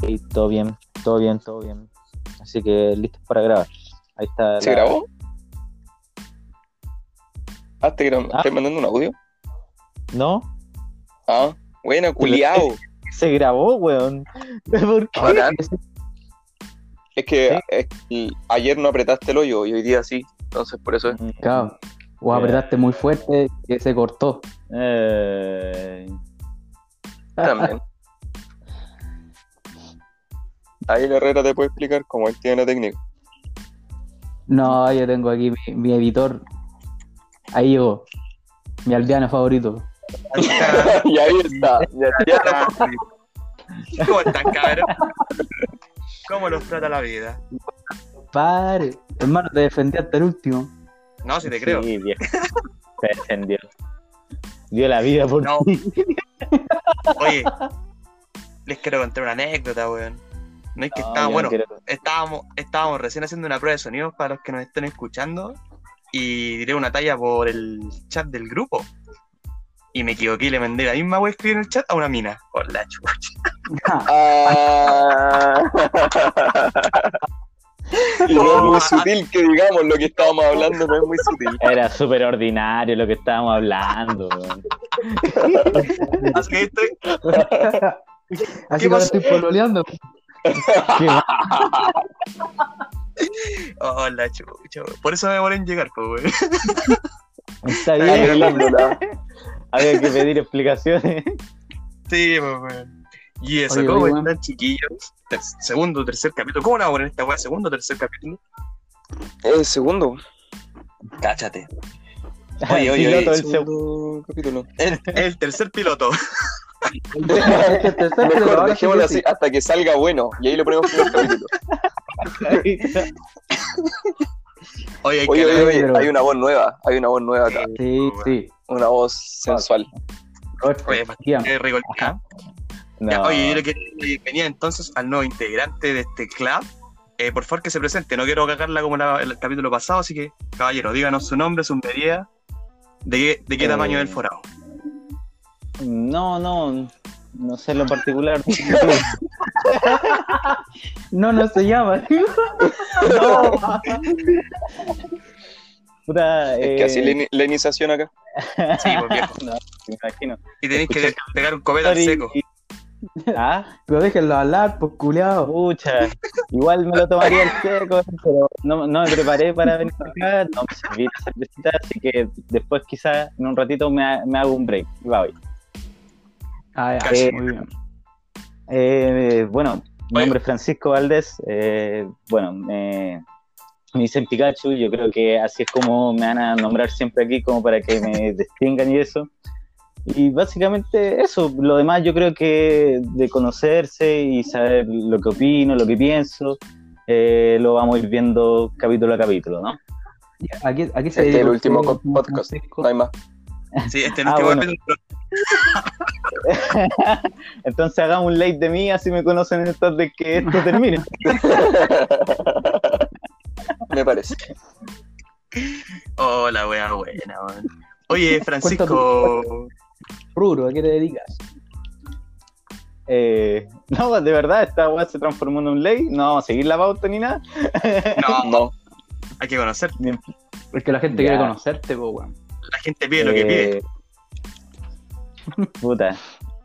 Sí, todo bien, todo bien, todo bien. Así que listos para grabar. Ahí está. ¿Se la- grabó? Ah, te gra- Ah. ¿estás mandando un audio? No, Ah, buena, culiao. se grabó, weón. ¿Por qué? Ahora- Es que es que ayer no apretaste el hoyo y hoy día sí. Entonces, por eso es. Mm, Claro. O Eh. apretaste muy fuerte que se cortó. eh, También. Ahí la Herrera te puede explicar cómo él tiene la técnica. No, yo tengo aquí mi, mi editor. Ahí llegó. Mi aldeano favorito. y ahí está. Ya, ya. ¿Cómo están, cabrón? ¿Cómo los trata la vida? Padre, hermano, te defendí hasta el último. No, si te creo. Sí, viejo. Se defendió. Dio la vida por No. ti. Oye, les quiero contar una anécdota, weón. No es que No, yo estábamos, no bueno, Ah, quiero- estábamos, estábamos recién haciendo una prueba de sonidos para los que nos estén escuchando y diré una talla por el chat del grupo. Y me equivoqué y le mandé la misma wea escribir en el chat a una mina. Por la chucha. Ah. y no es muy sutil que digamos lo que estábamos hablando, no es muy sutil. Era súper ordinario lo que estábamos hablando, weón. Así que estoy, Así ¿Qué que ahora pasó? estoy pololeando. Qué mal. oh, la chucha, weón. Por eso me demoré en llegar, pues, weón. Está Ahí bien, hablándola. había que pedir explicaciones. Sí, pues, weón. Y eso, Oye, ¿cómo oye, están, chiquillos? Ter- segundo, tercer capítulo. ¿Cómo la vamos a poner esta weá? Segundo, tercer capítulo. El segundo. Cáchate. El Oye, oye, piloto oye. del segundo. segundo capítulo. El, el tercer piloto. Este tercero, Mejor, ahora sí dejémoslo que así sí. hasta que salga bueno. Y ahí lo ponemos primer capítulo. Oye, hay Oye, que oye, hablar- oye, pero- hay una voz nueva. Hay una voz nueva acá. Sí, sí. Una voz sensual. Corte, Oye, guía. qué rico el tema. Ya, No. Oye, yo le quería dar la bienvenida entonces al nuevo integrante de este club. Eh, por favor, que se presente. No quiero cagarla como la- el capítulo pasado, así que, caballero, díganos su nombre, su medida, de qué, de qué Eh, tamaño es el forado. No, no, no sé en lo particular. No, no se llama. Puta, Es que así eh, la, ini- la iniciación acá. Sí, pues viejo. me imagino. Y tenéis que pegar un copete al Sorry. seco. Ah, Pero déjenlo hablar, pues culiado. pucha. Igual me lo tomaría el seco, pero no, no me preparé para venir acá, no me serví la cervecita, así que después quizás en un ratito me, ha- me hago un break. Y va, voy. Ah, ya, Casi. muy bien. Eh, bueno, mi Oye. nombre es Francisco Valdés. eh, bueno, eh, me dicen Pikachu. Yo creo que así es como me van a nombrar siempre aquí, como para que me distingan y eso. Y básicamente eso. Lo demás, yo creo que de conocerse y saber lo que opino, lo que pienso, eh, lo vamos a ir viendo capítulo a capítulo, ¿no? Aquí, aquí se Este es dedica el último usted, co- podcast. Francisco. No hay más. Sí, este es el Ah, último bueno. capítulo. Entonces hagan un like de mí, así me conocen antes de que esto termine. Me parece. Hola, wea, Oh, buena, weón. Oye, Francisco. Rubro, ¿a qué te dedicas? Eh, no, de verdad, esta weá se transformó en un ley. No vamos a seguir la pauta ni nada. No, No. hay que conocer. Porque la gente Ya. quiere conocerte, po, weón. La gente pide lo que Eh, pide. Puta.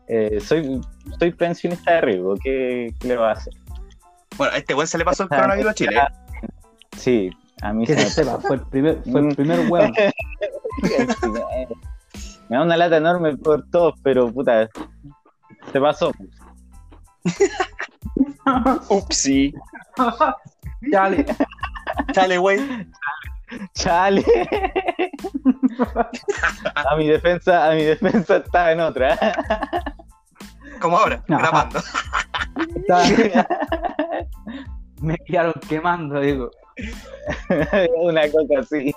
Eh, soy, soy pensionista de riesgo. ¿Qué, qué le va a hacer? Bueno, a este weón se le pasó el coronavirus a Chile. Ah. Sí, a mí Que se se me sepa, fue el primer, fue Mm. el primer weón. eh, Me da una lata enorme por todos, pero puta. Se pasó. Upsi. Dale. Chale, wey. Chale. A mi defensa, a mi defensa estaba en otra. Como ahora, Ajá. grabando. Me quedaron quemando, digo. Una cosa así.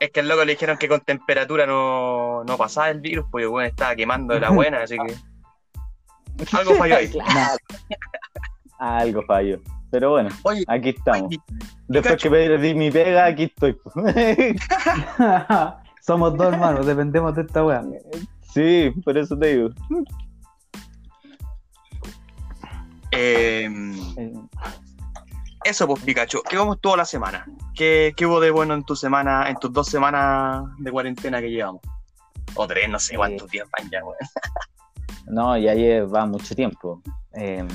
Es que al loco le dijeron que con temperatura no, no pasaba el virus, porque weón estaba quemando de la buena, así que. Algo falló ahí. Claro. Algo falló. Pero bueno, Oye, aquí estamos. oye, Después que perdí mi pega, aquí estoy. Somos dos hermanos, dependemos de esta weá. sí, por eso te digo. Eh, Eh, eso, pues, Pikachu. ¿Qué cómo estuvo la semana? ¿Qué, qué hubo de bueno en tu semana, en tus dos semanas de cuarentena que llevamos? O tres, no Eh. sé cuántos días van ya, weón. No, ya lleva mucho tiempo. Eh,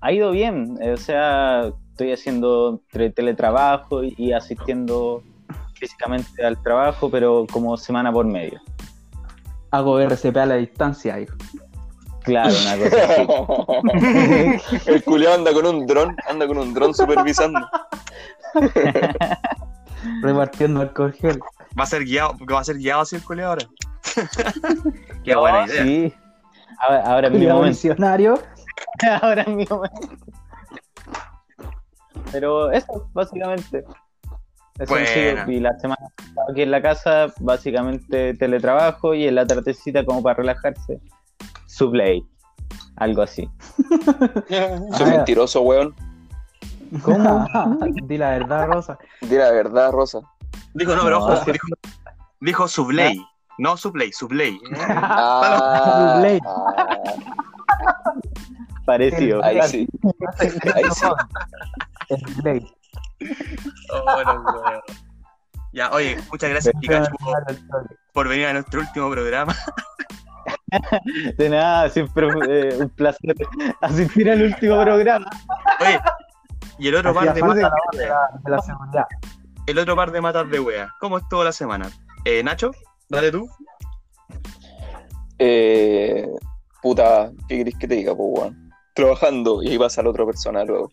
ha ido bien, eh, o sea, estoy haciendo tre- teletrabajo y- y asistiendo físicamente al trabajo, pero como semana por medio. Hago RCP a la distancia, hijo. Claro, una cosa así. El culiao anda con un dron, anda con un dron supervisando. Repartiendo alcohol gel. Va a ser guiado, porque va a ser guiado así el culeo ahora. qué No, buena idea. Sí. Ahora, ahora es mi Cuidado, momento. misionario. Ahora es mi momento. Pero eso, básicamente. Eso Buena. ha sido. Y la semana pasada aquí en la casa, básicamente teletrabajo y en la tardecita, como para relajarse, su play. Algo así. Soy mentiroso, weón. ¿Cómo? Di la verdad, Rosa. Di la verdad, Rosa. Dijo, no, pero No, ojo, sí. dijo, dijo Subley. No Subley, Subley. Ah, Blade. ah, Parecido. ahí sí. Ahí sí. El Blade. Oh, no, weón. ya, oye, muchas gracias, Pikachu, por- por venir a nuestro último programa. De nada, siempre fue, eh, un placer asistir al último programa. Oye, y el otro par Hacía de falta matas, la voz de la- de la seguridad. el otro par de matas de wea. ¿Cómo estuvo la semana? Eh, Nacho, dale tú. Eh, puta, ¿qué querés que te diga, po, weón? Trabajando y vas a la otra persona luego.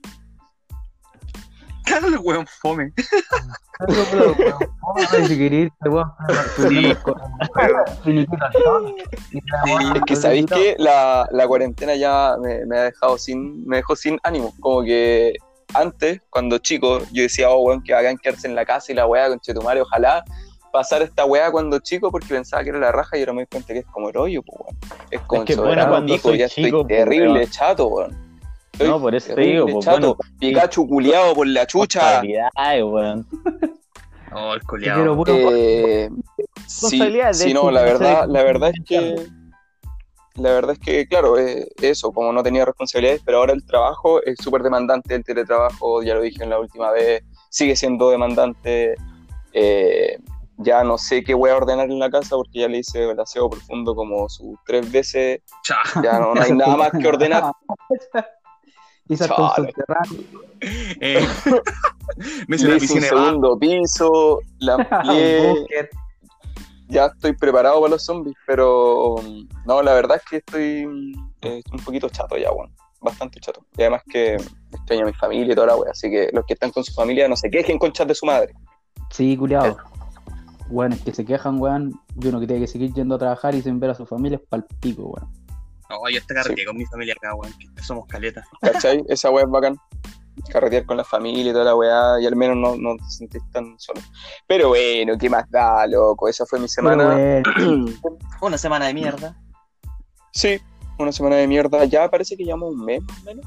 Claro, el weón fome. Pero, pero, pero, ¿cómo vas a decidir irte, weón? Pero, pero, pero, finiquito al sol. Y la weá- Es que sabéis que la, la cuarentena ya me, me ha dejado sin, me dejó sin ánimo. Como que antes, cuando chico, yo decía, oh weón, que hagan quedarse en la casa y la weá con Chetumare, ojalá pasar esta weá cuando chico porque pensaba que era la raja y ahora me doy cuenta que es como el hoyo, po, weón. Es como Es que el bueno, soberano cuando pico, soy ya chico, po, estoy terrible, weón. chato, weón. Estoy No, por eso te terrible, digo, pues chato. bueno, Pikachu culiado por la chucha. responsabilidades, weón. Oh, el Te quiero culiao. puro Eh, sí, Responsabilidad, de sí, hecho, no, la no sé verdad, cómo la verdad es que la verdad es que, claro, eh, eso, como no tenía responsabilidades, pero ahora el trabajo es súper demandante, el teletrabajo, ya lo dije en la última vez, sigue siendo demandante, eh, ya no sé qué voy a ordenar en la casa porque ya le hice el aseo profundo como sus tres veces, Cha. ya no, no hay nada más que ordenar. y saltó un Chale. subterráneo. Eh, me hice Le hice una un piscina de bajo. segundo piso, la amplié, Un búnker. ya estoy preparado para los zombies, pero mm, no, la verdad es que estoy mm, eh, un poquito chato ya, weón. Bastante chato. Y además que extraño a mi familia y toda la wea, así que los que están con su familia no se quejen con chat de su madre. Sí, Eh. culiado. Weón, es que se quejan, weón. Yo no tiene que seguir yendo a trabajar y sin ver a su familia es pal pico, weón. No, yo hasta cargué con mi familia acá, weón. que Somos caletas. ¿Cachai? Esa wea es bacán. Carretear con la familia y toda la weá, y al menos no, no te sentís tan solo. Pero bueno, ¿qué más da, loco? Esa fue mi semana. Pero, weón, Una semana de mierda. Sí, una semana de mierda. Ya parece que llevamos un mes más o menos.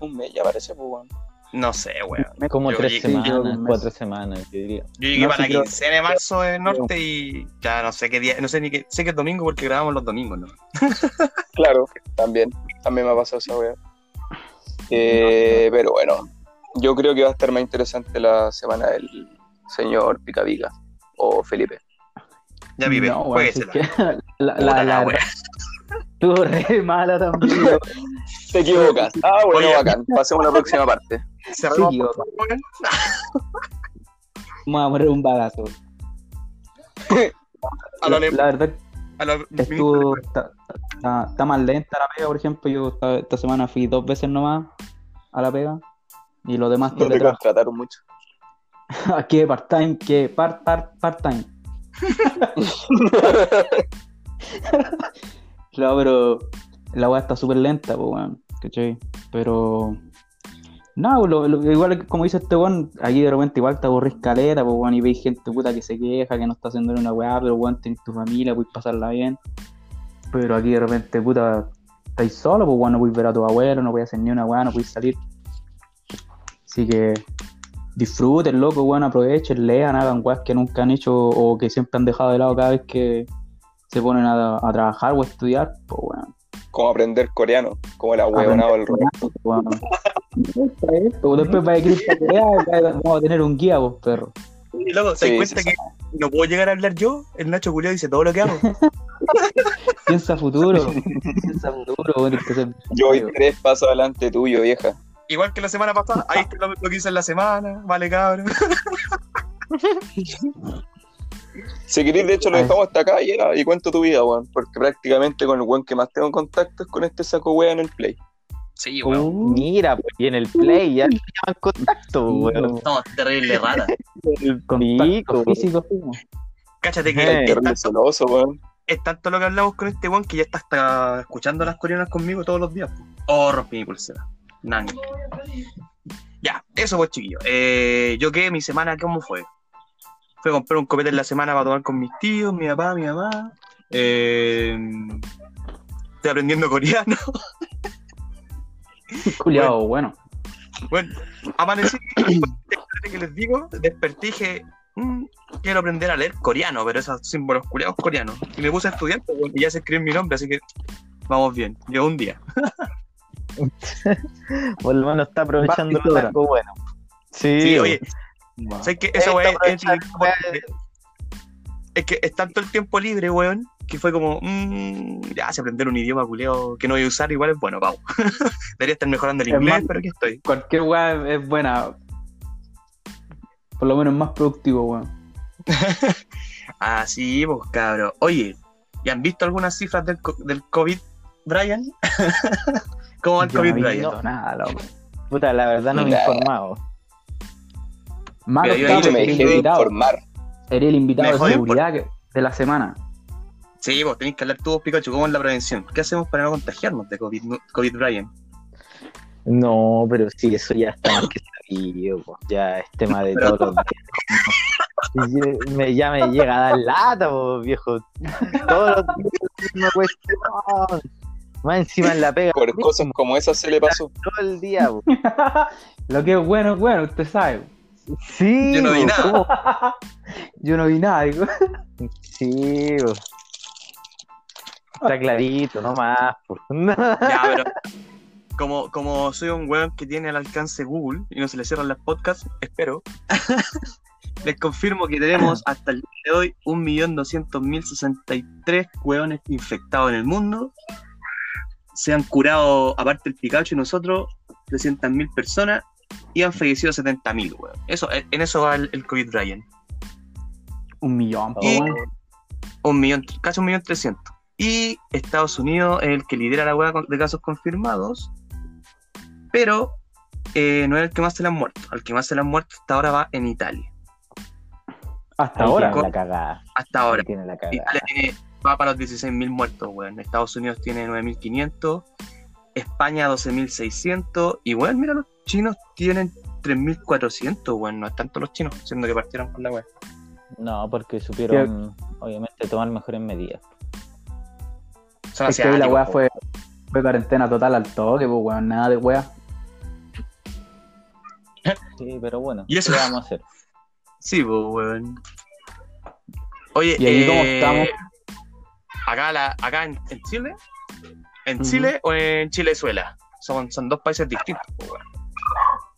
Un mes ya parece, pues, weón. No sé, weón. Como Yo tres llegué- semanas, yo- cuatro semanas, yo diría. Yo llegué No, para sí, la creo- quincena de marzo del norte y ya no sé qué día, no sé ni qué, sé que es domingo porque grabamos los domingos, ¿no? Claro, también. También me ha pasado esa weá. Eh, Pero bueno, yo creo que va a estar más interesante la semana del señor Picavica o Felipe. Ya vive, no, weón, si es juéguesela. que la, Puta la, la la, wea. estuvo re mala también. Te equivocas. Ah, bueno, Oye. bacán. Pasemos a la próxima parte. Cerramos, Sí, por yo- favor, weón. Vamos a poner un bagazo. A La, lo la verdad a lo- Estuvo, está, está- está más lenta la pega, por ejemplo. Yo esta, esta semana fui dos veces nomás a la pega. Y los demás No te teletrabajo. contrataron mucho. Aquí de part-time, que part, part, part-time. Claro, pero la weá está súper lenta, pues weón. ¿Cachai? Pero. No, lo- lo- igual como dice este weón, aquí de repente igual te aburrís caleta, pues weón, y veis gente puta que se queja, que no está haciendo una weá, pero weón, tenés tu familia, puedes pasarla bien. Pero aquí de repente, puta, estáis solo, pues weón, no puedes ver a tu abuelo, no puedes hacer ni una weá, no puedes salir. Así que disfruten, loco, weón, aprovechen, lean, hagan weas que nunca han hecho o que siempre han dejado de lado cada vez que se ponen a, a trabajar o a estudiar, pues weón. como aprender coreano, como la huevona o el rock. Weón. Me gusta esto, Después va a ir para Corea, va- vamos a tener un guía, vos, perro. Y luego, ¿te Sí, das cuenta sí, que no puedo llegar a hablar yo? El Nacho Julio dice todo lo que hago. Piensa futuro. Piensa futuro, weón. hay que ser Yo voy millonario. tres pasos adelante tuyo, vieja. Igual que la semana pasada, ahí está lo, lo que hice en la semana, vale cabrón. Si querés, de hecho, lo Ay. dejamos hasta acá y, era- y cuento tu vida, weón. Porque prácticamente con el weón que más tengo en contacto es con este saco wea en el play. Sí, Uh. Mira, pues, y en el play ya estaban en contacto, weón. No, terrible rara. Contacto Pico. físico, sí, weón. Cáchate que Ajá. es Qué tanto, celoso, weón. es tanto lo que hablamos con este weón que ya está hasta escuchando las coreanas conmigo todos los días. po. Oh, rompí mi pulsera. Nani. Ya, eso pues chiquillo. Eh, yo qué, mi semana, ¿cómo fue? Fui a comprar un copete en la semana para tomar con mis tíos, mi papá, mi mamá. Eh, estoy aprendiendo coreano. Culeado, bueno. Bueno, amanecí, después que les digo, desperté y dije, "Mm, quiero aprender a leer coreano, pero esos símbolos culiados coreanos. Y me puse a estudiar pues, bueno, y ya se escribió mi nombre, así que vamos bien. Yo un día. Por lo menos está aprovechando Básico, el taco bueno. Sí, Sí, oye, Bueno. ¿sabes qué? Esa weá es, aprovechar, es que es tanto el tiempo libre, weón, que fue como, "Mm, ya, si aprender un idioma culiado que no voy a usar, igual es bueno, vamos. Debería estar mejorando el Es inglés, más- pero aquí estoy. Cualquier weá es buena. Por lo menos es más productivo, weón. Así, pues, cabrón. Oye, ¿y han visto algunas cifras del, co- del COVID, Brian? ¿Cómo va el Yo no COVID, he Brian? visto nada, loco. puta, la verdad no me he Mira. informado. Malo Mira, yo estaba Yo me porque dejé de era el invitado. informar. Era el Me invitado de jodí por- seguridad que- de la semana. Sí, vos tenéis que hablar tú, vos, Pikachu, ¿cómo es la prevención? ¿Qué hacemos para no contagiarnos de COVID, no- COVID Brian? No, pero sí, eso ya está más que sabido, po. ya es tema de Pero- todos los días. Y Me, ya me llega a dar lata, po, viejo. Todos los días la misma cuestión. Más encima en la pega Por cosas como esas se le pasó. todo el día. po. Lo que es bueno es bueno, usted sabe. Sí, Yo no vi po, nada. ¿cómo? Yo no vi nada, digo. Sí, pues. po. está clarito, no más. pues. po. Ya, pero como, como soy un weón que tiene al alcance Google y no se le cierran las podcasts, espero. Les confirmo que tenemos hasta el día de hoy 1.200.063 weones infectados en el mundo. Se han curado, aparte el Pikachu y nosotros, 300.000 personas y han fallecido 70.000, weón. Eso, en eso va el, el COVID, Brian. Un millón, po, Y- weón. eh, un millón, casi un millón trescientos. Y Estados Unidos es el que lidera la hueá con- de casos confirmados, pero eh, no es el que más se le han muerto. Al que más se le han muerto hasta ahora va en Italia. Hasta Ahí ahora. tiene la cagada. Hasta ahora. Ahí tiene la cagada. Italia tiene- va para los 16.000 muertos, weón. Estados Unidos tiene 9.500, España 12.600 y, weón, mira, los chinos tienen 3.400, weón. No es tanto los chinos, siendo que partieron por la weá. No, porque supieron, obviamente, tomar mejores medidas. Son Es que hoy la asiáticos, weá po, fue, fue cuarentena total al toque, pues weón. Nada de weá. Sí, pero bueno, ¿Y eso? ¿qué vamos a hacer? Sí, pues, weón. Oye, ¿Y ahí cómo eh, estamos? Acá, la, acá en, en Chile, en Ujú. Chile o en Chilezuela. Son, son dos países distintos, pues, weón.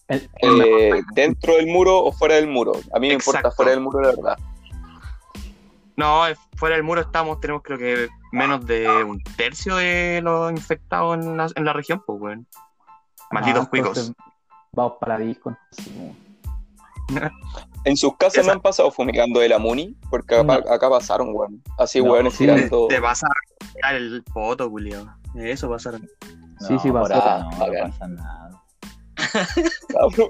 El- el- Eh, dentro del muro o fuera del muro. A mí me importa Exacto. fuera del muro, la verdad. No, eh, fuera del muro estamos, tenemos creo que menos de un tercio de los infectados en la, en la región, pues, weón. Malditos Ah, cuicos. entonces, Vamos para la disco. entonces, weón. En sus casas Esa- no han pasado fumigando de la Muni, porque No. acá, acá pasaron, weón. Así, No, weón, estirando. Te vas a tirar el poto, Julio. Eso pasaron. Sí, sí, por pasó. acá no, Acá. no pasa nada. cabrón.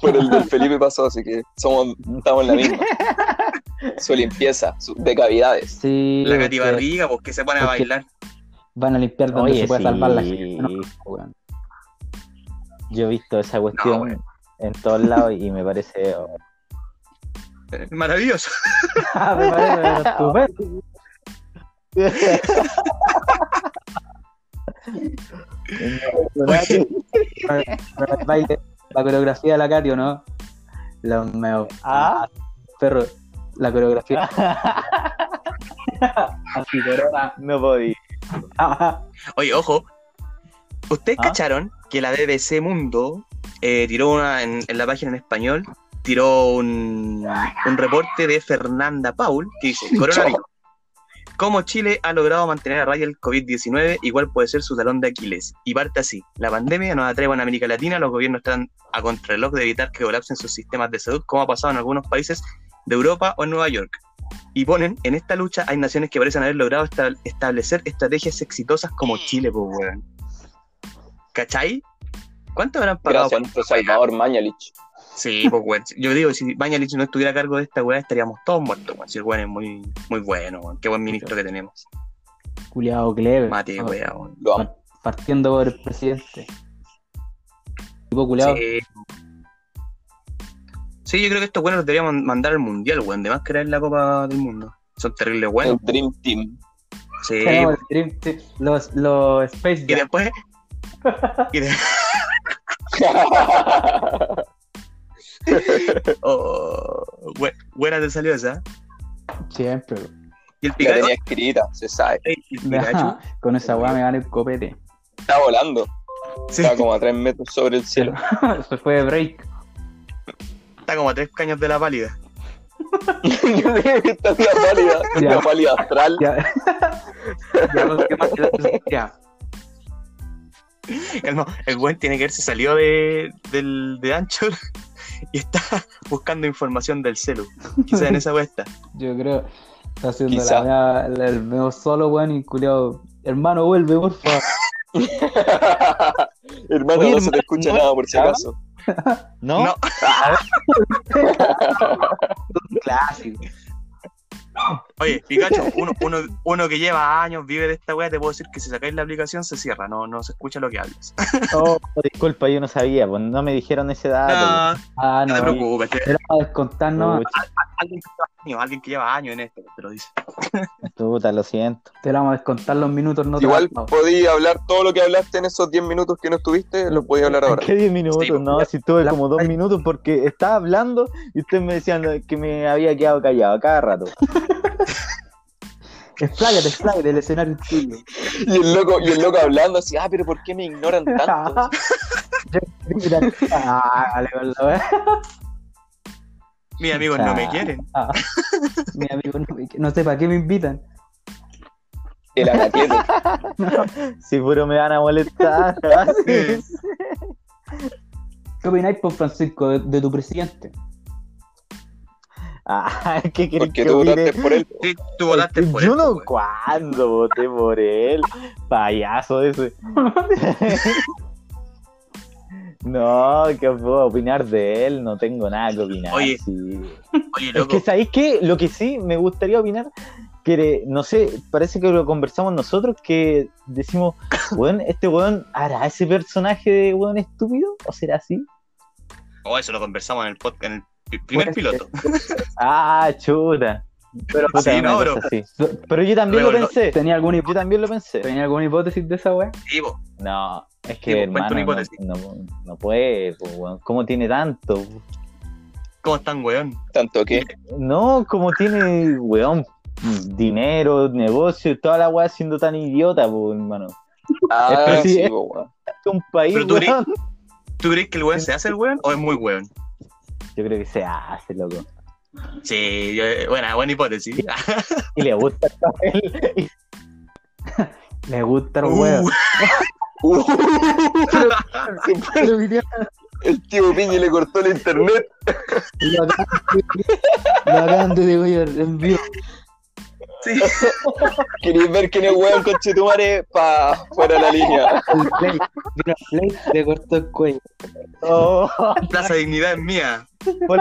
Pero el del Felipe pasó, así que somos, estamos en la misma. Su limpieza, su- de cavidades. Sí, La porque catibarriga, pues que se pone a porque- bailar. Van a limpiar donde Oye, se puede sí. salvar la gente. No, weón. Yo he visto esa No, cuestión weón. en todos lados y me parece oh, Eh, Maravilloso. Ah, me parece estupendo. Pero el baile, la coreografía de la Katy, ¿o no? Lo meo. Ah. Perro, la coreografía. Así, corona. no podía. Oye, ojo. ¿Ustedes ¿Ah? cacharon que la BBC Mundo eh, tiró una en, en la página en español? Tiró un, un reporte de Fernanda Paul que dice: Coronavirus. ¿Cómo Chile ha logrado mantener a raya el COVID-19? Igual puede ser su talón de Aquiles. Y parte así: La pandemia nos atreva en América Latina. Los gobiernos están a contrarreloj de evitar que colapsen sus sistemas de salud, como ha pasado en algunos países de Europa o en Nueva York. Y ponen, en esta lucha hay naciones que parecen haber logrado esta- establecer estrategias exitosas como Chile, pues, weón. ¿Cachai? ¿Cuánto habrán pagado? Gracias a nuestro Salvador Mañalich. Sí, pues, weón. Yo digo, si Mañalich no estuviera a cargo de esta weá, estaríamos todos muertos, weón. Si el weón es muy, muy bueno, weón. Qué buen ministro que tenemos. Culeado Clever. Mate, Ah, weá, weón. Lo amo. par- Partiendo por el presidente. Tipo culeado. Sí. Sí, yo creo que estos weones los deberíamos mandar al mundial, weón. De más que era en la Copa del Mundo. Son terribles, El weón. Dream Team. Sí, Tenemos el Dream Team, Los, los Space Y Jam. después. y de- oh, bu- buena te salió esa. Siempre. bro. Y el La Pikachu. tenía escrita, se sabe. y el Pikachu. Con esa weá me gana el copete. Está volando. Sí, Está como a tres metros sobre el cielo. Se fue de break. está como a tres caños de la pálida. Esta es la pálida. Ya. La pálida astral. Ya. ya lo que más te da ya. El, no, el buen tiene que haberse salido de, del, de Anchor y está buscando información del celu. Quizás en esa wea está. Yo creo. Está haciendo Quizá. la mea- la- el meo solo, weón, y culeado. Hermano, vuelve, porfa. Hermano, Oye, no se te hermano, escucha ¿no? nada por si acaso. No, ¿No? Ah, Clásico. oye, Pikachu, uno, uno, uno que lleva años, vive de esta wea, te puedo decir que si sacáis la aplicación se cierra, no, no se escucha lo que hablas. Oh, disculpa, yo no sabía, pues no me dijeron ese dato. No, Ah, no te no. preocupes, te- Era para descontar, pues. ¿no? Pucha, alguien que lleva años, alguien que lleva años en esto, pues, te lo dice. Puta, lo siento. Te vamos a descontar los minutos, no Igual trabajados. podía hablar todo lo que hablaste en esos 10 minutos que no estuviste, lo podía hablar ahora. ¿Qué 10 minutos? Sí, pues, no, ya. si tuve La- como dos minutos porque estaba hablando y ustedes me decían que me había quedado callado a cada rato. Expláyate, expláyate, el escenario es tuyo. Y el loco, y el loco hablando así, ah, pero ¿por qué me ignoran tanto? Yo- mira, ah, vale, vale, vale. Mis amigos no me Ah. quieren. Mi amigo, no, no sé para qué me invitan. El anacleto. Si puro me van a molestar. así. ¿Qué opináis, por Francisco, de, de tu presidente? Ah, ¿Qué querés Porque que tú opine? Eh, votaste por él. Sí, tú votaste por Yo él, no, pues, weón. ¿cuándo voté por él? Payaso ese. no, ¿qué puedo opinar de él? No tengo nada que opinar. Oye, sí. Oye, Es loco. que, ¿sabéis qué? Lo que sí me gustaría opinar, que eh, no sé, parece que lo conversamos nosotros, que decimos, weón, este weón hará ese personaje de weón estúpido, o será así. Oh, eso lo conversamos en el podcast, en el pi- primer Pues, piloto. Ah, chuta. Pero, puta, Sí, una no, cosa bro. así. Pero yo también Luego, lo no, pensé. ¿Tenía alguna, Yo hipó- también lo pensé. ¿Tenía alguna hipótesis de esa weá? Sí, po. No, es Sí, que pues, cuenta hermano, una hipótesis. no, no, no puede, pues, weón. ¿Cómo tiene tanto? ¿Cómo están, weón? Tanto que. No, como tiene, weón, dinero, negocio, toda la weá siendo tan idiota, pues, hermano. Ah, Pero sí, sí, eh. po, weón. Un país, Pero tú eres- weón. ¿Tú crees que el weón se hace el weón o es muy weón? Yo creo que se hace, loco. Sí, yo- buena, buena hipótesis. Y le gusta el papel. Me gusta el weón. Uh, Uh, Pero mi tía- el tío Piñi le cortó el internet. Lo acaban de- lo acaban de degollar en vivo. sí. ¿Queréis ver quién es weón con Chetumare? Pa, fuera la línea. El play. Vino el play, le cortó el cuello. Oh, Plaza Dignidad es mía. por,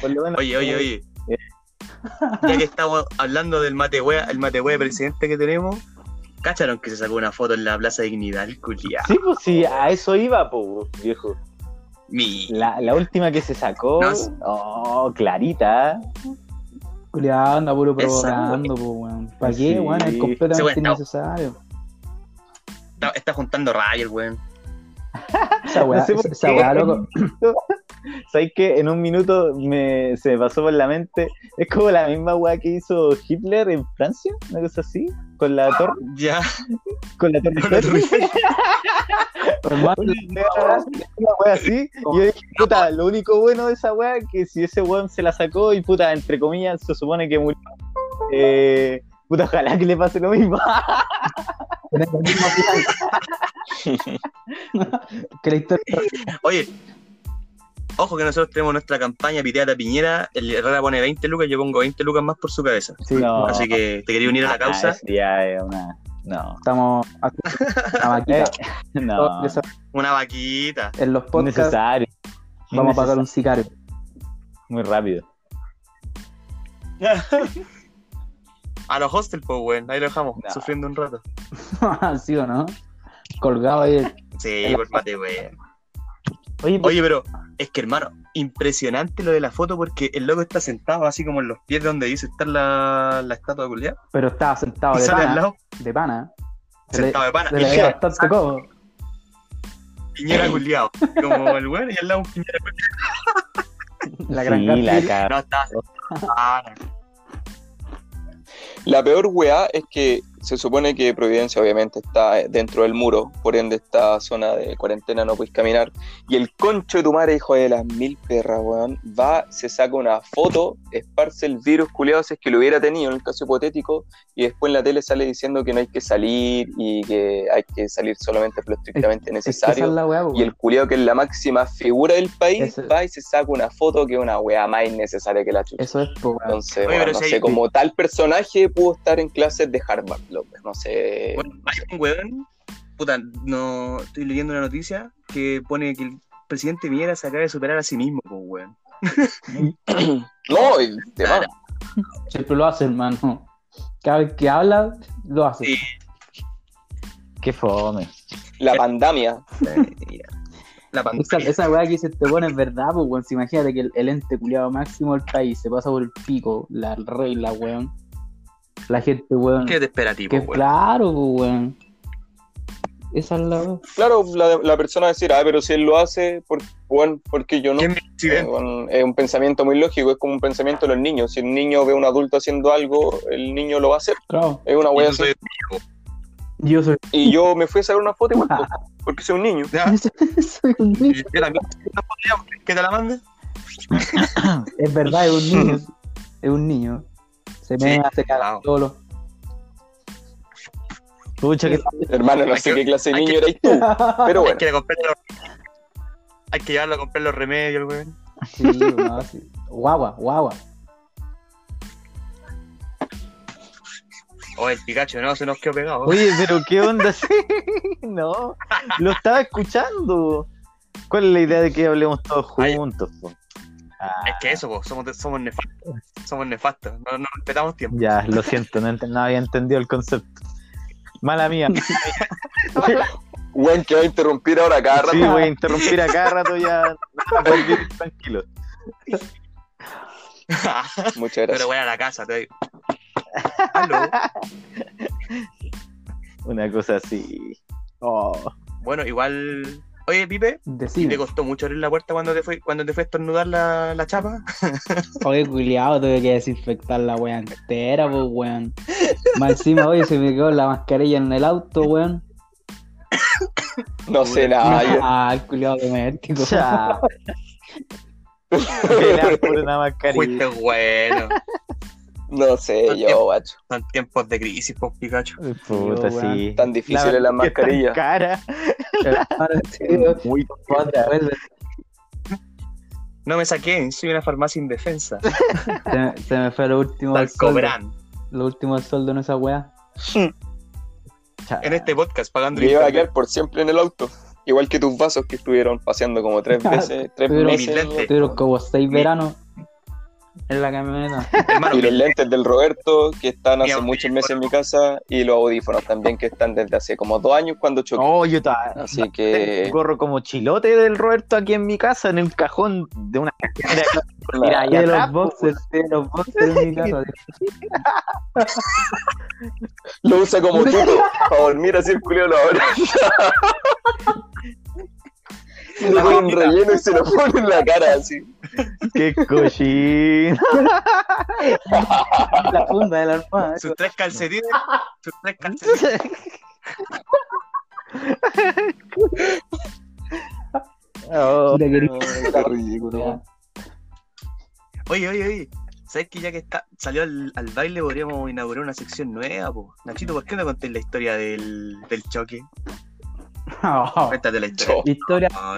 por lo menos- Oye, oye, oye. Eh. Ya que estamos hablando del mate wea, el mate wea presidente que tenemos, ¿cacharon que se sacó una foto en la Plaza Dignidad? El culiao. Sí, pues sí, a eso iba, po, viejo. Mi. La, la última que se sacó. No sé. Oh, clarita. Culeado, anda puro Esa, provocando, pues, weón. ¿Para qué, Sí. weón? Es Ese weón completamente está- innecesario. Está, está juntando rayos, el weón. Esa weá, No sé por esa qué. weá, loco. ¿Sabes qué? En un minuto me, se me pasó por la mente. Es como la misma weá que hizo Hitler en Francia, una cosa así, con la torre. Ya, Con la torre. Ah. con la Eiffel. torre. Hermano, Una wea así. Y yo dije, puta, lo único bueno de esa wea que si ese weón se la sacó y puta, entre comillas, se supone que murió. Eh, puta, ojalá que le pase lo mismo. tenés la misma opinión. que la historia Oye, ojo que nosotros tenemos nuestra campaña piteada Piñera. El Herrera pone 20 lucas, yo pongo 20 lucas más por su cabeza. Sí, No. Así que te quería unir a la Ah, causa. eso ya es una. No. estamos haciendo una vaquita. Eh, No. Eso, Una vaquita. En los podcasts Necesario. vamos a pagar un sicario. Muy rápido. A los hostel, pues, weón. Ahí lo dejamos, No. sufriendo un rato. ¿Sí o no? Colgado ahí. Sí, En la- pues por mate, weón. Oye, Oye, pero es que, hermano, impresionante lo de la foto porque el loco está sentado así como en los pies de donde dice estar la, la estatua culiada. Pero estaba sentado Y de sale al pana. lado, De pana. Se le- sentado de pana. se Y le dije, veía bastante cómodo. Piñera culiado. Como el weón y al lado un piñera culiado. La gran sí, Gatsby. la cara. No, estaba sentado de pana. La peor weá es que se supone que Providencia obviamente está eh, dentro del muro, por ende esta zona de cuarentena no podéis caminar. Y el concho de tu madre, hijo de las mil perras, weón, va, se saca una foto, esparce el virus culiado si es que lo hubiera tenido en el caso hipotético, y después en la tele sale diciendo que no hay que salir y que hay que salir solamente por lo estrictamente Es que esa es necesario. la weá, pues, Y el culiado que es la máxima figura del país Ese- va y se saca una foto que es una weá más innecesaria que la chucha. Eso es, po, weón. Entonces, Oye, bueno, pero no si hay- sé, como tal personaje pudo estar en clases de Harvard, López, no sé. Bueno, hay un weón, puta, no estoy leyendo una noticia que pone que el presidente Piñera se acaba de superar a sí mismo, pues weón. No, y te va. Siempre lo hace, hermano. Cada vez que habla, lo hace. Sí. Qué fome. la pandemia. La Esa, pantalla. esa weá que dice este weón es verdad, pues weón. Si imagínate que el, el ente culiado máximo del país se pasa por el pico, la regla, weón. La gente, weón. ¿Qué te espera, tipo, que weón? claro, pues weón. Esa es la weá. Claro, la, la persona decir, ah, pero si él lo hace, ¿por, bueno, ¿por qué yo no? ¿Quién me Eh, accidente? bueno, es un pensamiento muy lógico, es como un pensamiento de los niños. Si un niño ve a un adulto haciendo algo, el niño lo va a hacer. Claro. Es una Y wea yo así. soy- Yo soy, Y yo me fui a sacar una foto igual, po, porque soy un niño. Ya, soy un y niño. yo también soy una podría, hombre. ¿Qué te la mande? Es verdad, es un niño. es un niño. Se me Sí, hace cagar claro. solo. Pucha, que Hermano, no sé qué clase de niño eres tú, pero Hay bueno. que ir a comprar los... Hay que llevarlo a comprar los remedios, weón. Sí, no, sí. Guagua, guagua. O Oh, el Pikachu, no, se nos quedó pegado. Oye, pero qué onda, sí, no, lo estaba escuchando. ¿Cuál es la idea de que hablemos todos Ay. juntos? po? Ah, Es que eso, po, somos, somos nefastos. Somos nefastos. No, no respetamos tiempo. ya, lo siento, no, ent- no había entendido el concepto. Mala mía. Bueno, que va a interrumpir ahora cada rato. Sí, voy a interrumpir a cada rato ya. no, voy a vivir Tranquilo. Ah, Muchas pero gracias. voy a la casa, te digo. Aló. Una cosa así. Oh, Bueno, igual. Oye, Pipe, ¿te Decime. costó mucho abrir la puerta cuando te fue, cuando te fue a estornudar la, la chapa? Oye, culiado, tuve que desinfectar la wea entera, pues weón. Más encima, oye, se me quedó la mascarilla en el auto, weón. No sé nada. yo- Ah, el culiado doméstico. ya. Velar por una mascarilla. Fuiste bueno. No sé, yo, bacho. Son tiempos de crisis, por Pikachu. Puta, Yo, weón, sí. Tan difíciles La las verdad es que es tan mascarillas. Cara. Ahora, tío, Muy otra vez No me saquen, soy una farmacia indefensa. se, me- se me fue lo último del Tal sueldo. cobran. Lo último del sueldo en esa wea. cara. En este podcast, pagando Y iba a internet. quedar por siempre en el auto. Igual que tus vasos que estuvieron paseando como tres veces, tres Pero- meses. Mis Tuvieron como seis Mi- veranos en la camioneta. Hermano, Y los lentes del Roberto que están Mi hace muchos meses en mi casa. Y los audífonos también que están desde hace como dos años cuando choqué. Oh, yo estaba. Así Tengo un que. gorro como chilote del Roberto aquí en mi casa, en el cajón de una cajera. Mira, ahí de atrás, los po, boxers, de los boxers en mi casa. Lo usa como tuto. Para dormir así el culio lo ahora. Le ponen relleno y se lo pone en la cara así. ¡Qué cochino! La funda de la almohada. Sus tres calcetines. Sus tres calcetines. Oh, Puta, qué rico. Qué ridículo. Oye, oye, oye. ¿Sabes que ya que está, salió al, al baile podríamos inaugurar una sección nueva, po? Nachito, ¿por qué no conté la historia del, del choque? Oh, Cuéntate la historia. historia. No,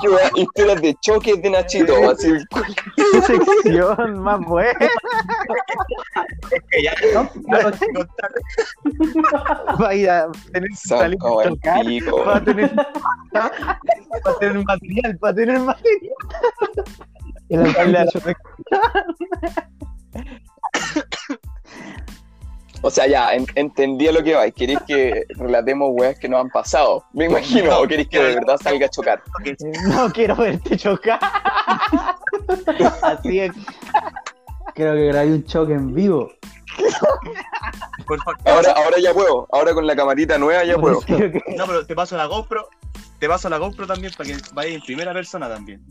Qué buena historia de choques de Nachito. Así, ¡Qué sección más buena! es que ya contar. Vaya, tener que salir saco a al tocar. pico. Va a tener, va a tener material, va a tener material. El alcalde de Choque. O sea, ya, en- entendía lo que va. ¿Queréis que relatemos weas que nos han pasado? Me imagino. ¿O queréis que de verdad salga a chocar? Porque eh, No quiero verte chocar. Así es. Creo que grabé un choque en vivo. Por favor. Ahora, ahora ya puedo. Ahora con la camarita nueva ya puedo. Creo que, No, pero te paso la GoPro. Te paso la GoPro también para que vayas en primera persona también.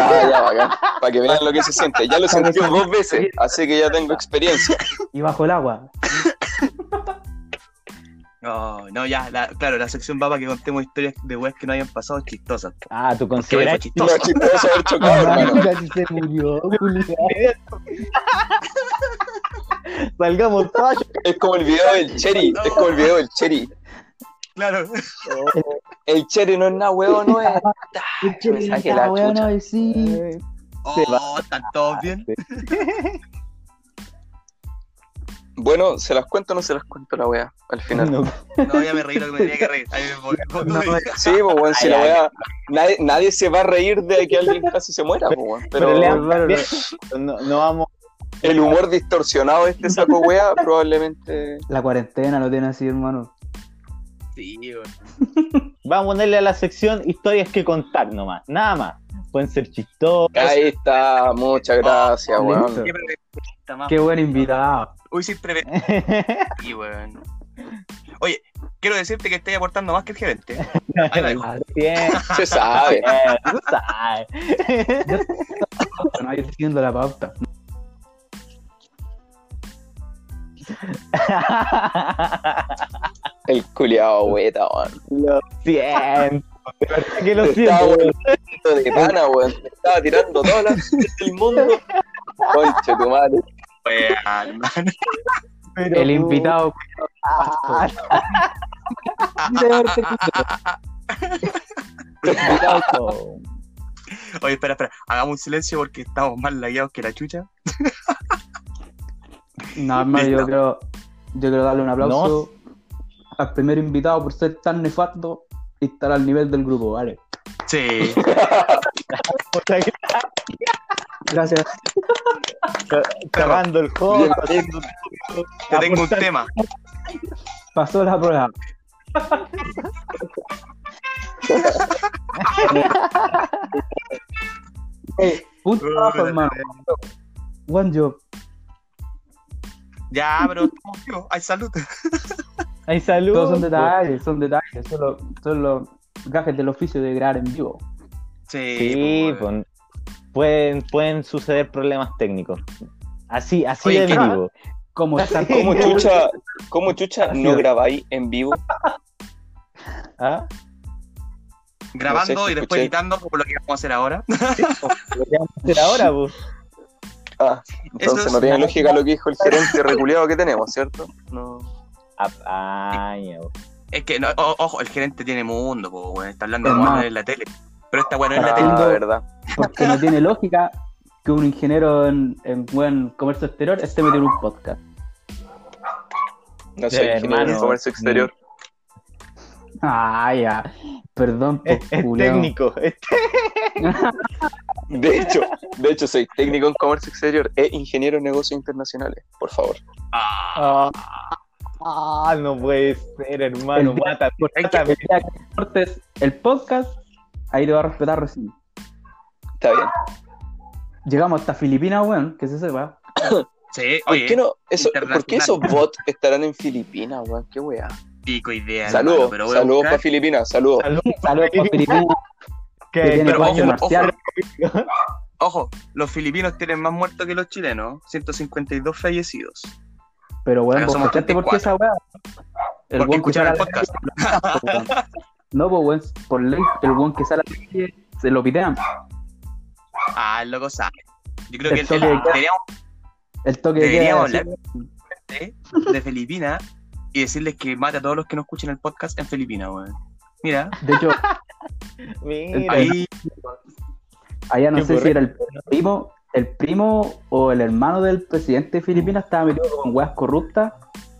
Ah, ya, bacán. Para que vean lo que se siente. Ya lo sentí dos veces, así que ya tengo experiencia. Y bajo el agua. No, no, ya, la- claro, la sección va para que contemos historias de weas que no hayan pasado chistosas. po. Ah, tú Que hoy fue consideras. No, chistoso. chistoso haber chocado, hermano. Ah, Casi se murió, culiao. Salgamos todos. a Es como el video del Cherry. Es como el video del Cherry. Claro. El Cherry no es nada, huevo, no es. Ah, El choque Saque está, la weón, chucha. ay, sí. chocar. Oh, están todos bien. Bueno, ¿se las cuento o no se las cuento la wea? Al final. No, No, ya me reí lo que me tenía que reír. Ahí me voy. No, no, Sí, pues, weón, si la wea. Nadie, nadie se va a reír de que alguien casi se muera, pues, weón. pero Pero le Álvaro, han- no, no vamos. el humor distorsionado de este saco wea probablemente. La cuarentena lo tiene así, hermano. Sí, weón. Vamos a ponerle a la sección historias que contar nomás. Nada más. Pueden ser chistosas. Ahí está, muchas gracias, weón. Qué preventa más. Qué buen invitado. Hoy sí preventa, sí, weón. Oye, quiero decirte que estoy aportando más que el gerente. Ahí la dejo. Bien, Se sabe. bien, Eh, tú sabes. No, yo estoy siguiendo la pauta. El culiao weta, weón. Lo siento. De verdad que lo Te siento. estaba volviendo de pana, weón. Te estaba tirando todas las mierdas del mundo. Conche tu madre. Weón, hermano. pero- El invitado. Ah, Ah, loco. Oye, espera, espera. Hagamos un silencio porque estamos más lagueados que la chucha. No, hermano, yo Listo. creo, yo quiero darle un aplauso al primer invitado por ser tan nefasto y estar al nivel del grupo, ¿vale? Sí. Puta que- Gracias. Cerrando el juego. Te tengo un tema. Pasó la prueba. Eh, un trabajo, hermano. One job. Ya, pero estamos vivos. Ay, salud. Hay salud. Todos son detalles, son detalles. Solo, son los gajes del oficio de grabar en vivo. Sí, Sí, pues, weón. pon- pueden, pueden suceder problemas técnicos. Así, así Oye, de ¿qué? vivo. Como están ¿Cómo chucha, cómo chucha no grabáis en vivo? ¿Ah? grabando No sé si y después escuché. editando como lo que vamos a hacer ahora. Lo que vamos a hacer ahora, pues. Ah, Eso entonces es- no tiene lógica lo que dijo el gerente reculeado que tenemos, ¿cierto? No. Apaña, po. Es que, no, o- ojo, el gerente tiene mundo, po, weón. Está hablando Hermano. como en la tele. Pero esta weón no es la tele. Ah, verdad. Porque no tiene lógica que un ingeniero en, en buen comercio exterior esté metido en un podcast. No soy Eh, ingeniero de hermano. comercio exterior. Ah, ya. Perdón, po, Es, es culiao. técnico. es Mm. De hecho, de hecho soy técnico en comercio exterior e ingeniero en negocios internacionales, por favor. Ah, Ah, ah, no puede ser, hermano. El- Mátame, hay que- mátame. Ya que cortes el podcast, ahí te va a respetar recién. Está bien. Llegamos hasta Filipinas, weón, que se sepa. sí, ¿Por oye. qué no? Eso, ¿Por qué internacional. esos bots estarán en Filipinas, weón? Qué weá. Pico idea. Saludos, hermano, pero voy a saludos buscar- para Filipinas, saludos. Saludos, Saludos para Filipinas, que- que tiene pero baño ojo, marcial. Ojo, los filipinos tienen más muertos que los chilenos. 152 fallecidos. Pero bueno, Acá vos somos cachaste por qué esa weá. El porque weón que sale escucharon a el la podcast. calle, po, weón. No, pues weón, por ley, el weón que sale a la calle se lo pitean. Ah, el loco sabe. Yo creo El que el, toque de queda. deberíamos El toque de Deberíamos queda. hablar. así, ¿eh? de Filipinas y decirles que mate a todos los que no escuchen el podcast en Filipinas, weón. Mira, De hecho, Mira, ahí allá no Qué sé si correcto, era el primo, el primo o el hermano del presidente de Filipinas estaba metido con weas corruptas.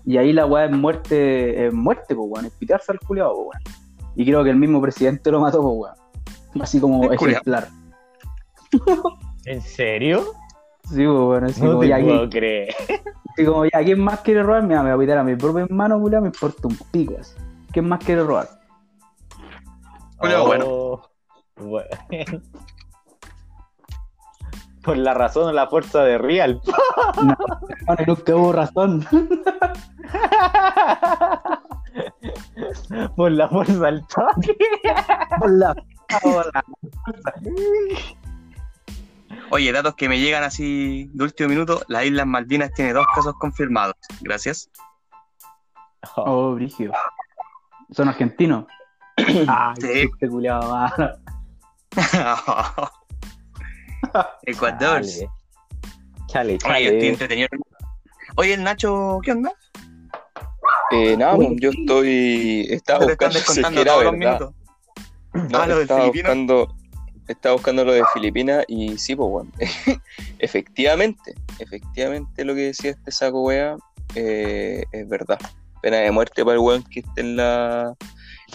Y ahí la wea es muerte, es muerte, pues weón, es pitearse al culiado, pues weón. Y creo que el mismo presidente lo mató, pues weón. Así como El culiao. ejemplar. ¿en serio? Sí, pues weón, así No como, te ya, ¿quién- puedo creer. Y como, ya, ¿quién más quiere robar? Mira, me voy a pitar a mi propia hermano, culiao, me importa un pico así. ¿Quién más quiere robar? Julio, Oh, bueno. Por la razón o la fuerza de Real. No, nunca hubo razón. Por la fuerza del toque. Hola. Hola. Oye, datos que me llegan así de último minuto, las Islas Malvinas tiene dos casos confirmados. Gracias. Oh, Brigio. Son argentinos. Ay, Sí. qué chiste culiao, mano. Ecuador. Chale, chale. Oye, este chale. estoy entretenido. Oye, el Nacho, ¿qué onda? Eh, nada, yo estoy. Estaba Te buscando están si es que descontando era todos los verdad. minutos. No, Ah, lo de estaba, Filipinas. buscando, estaba buscando lo de Filipinas y sí, pues bueno. efectivamente, efectivamente lo que decía este saco wea eh, es verdad. Pena de muerte para el weón que esté en la,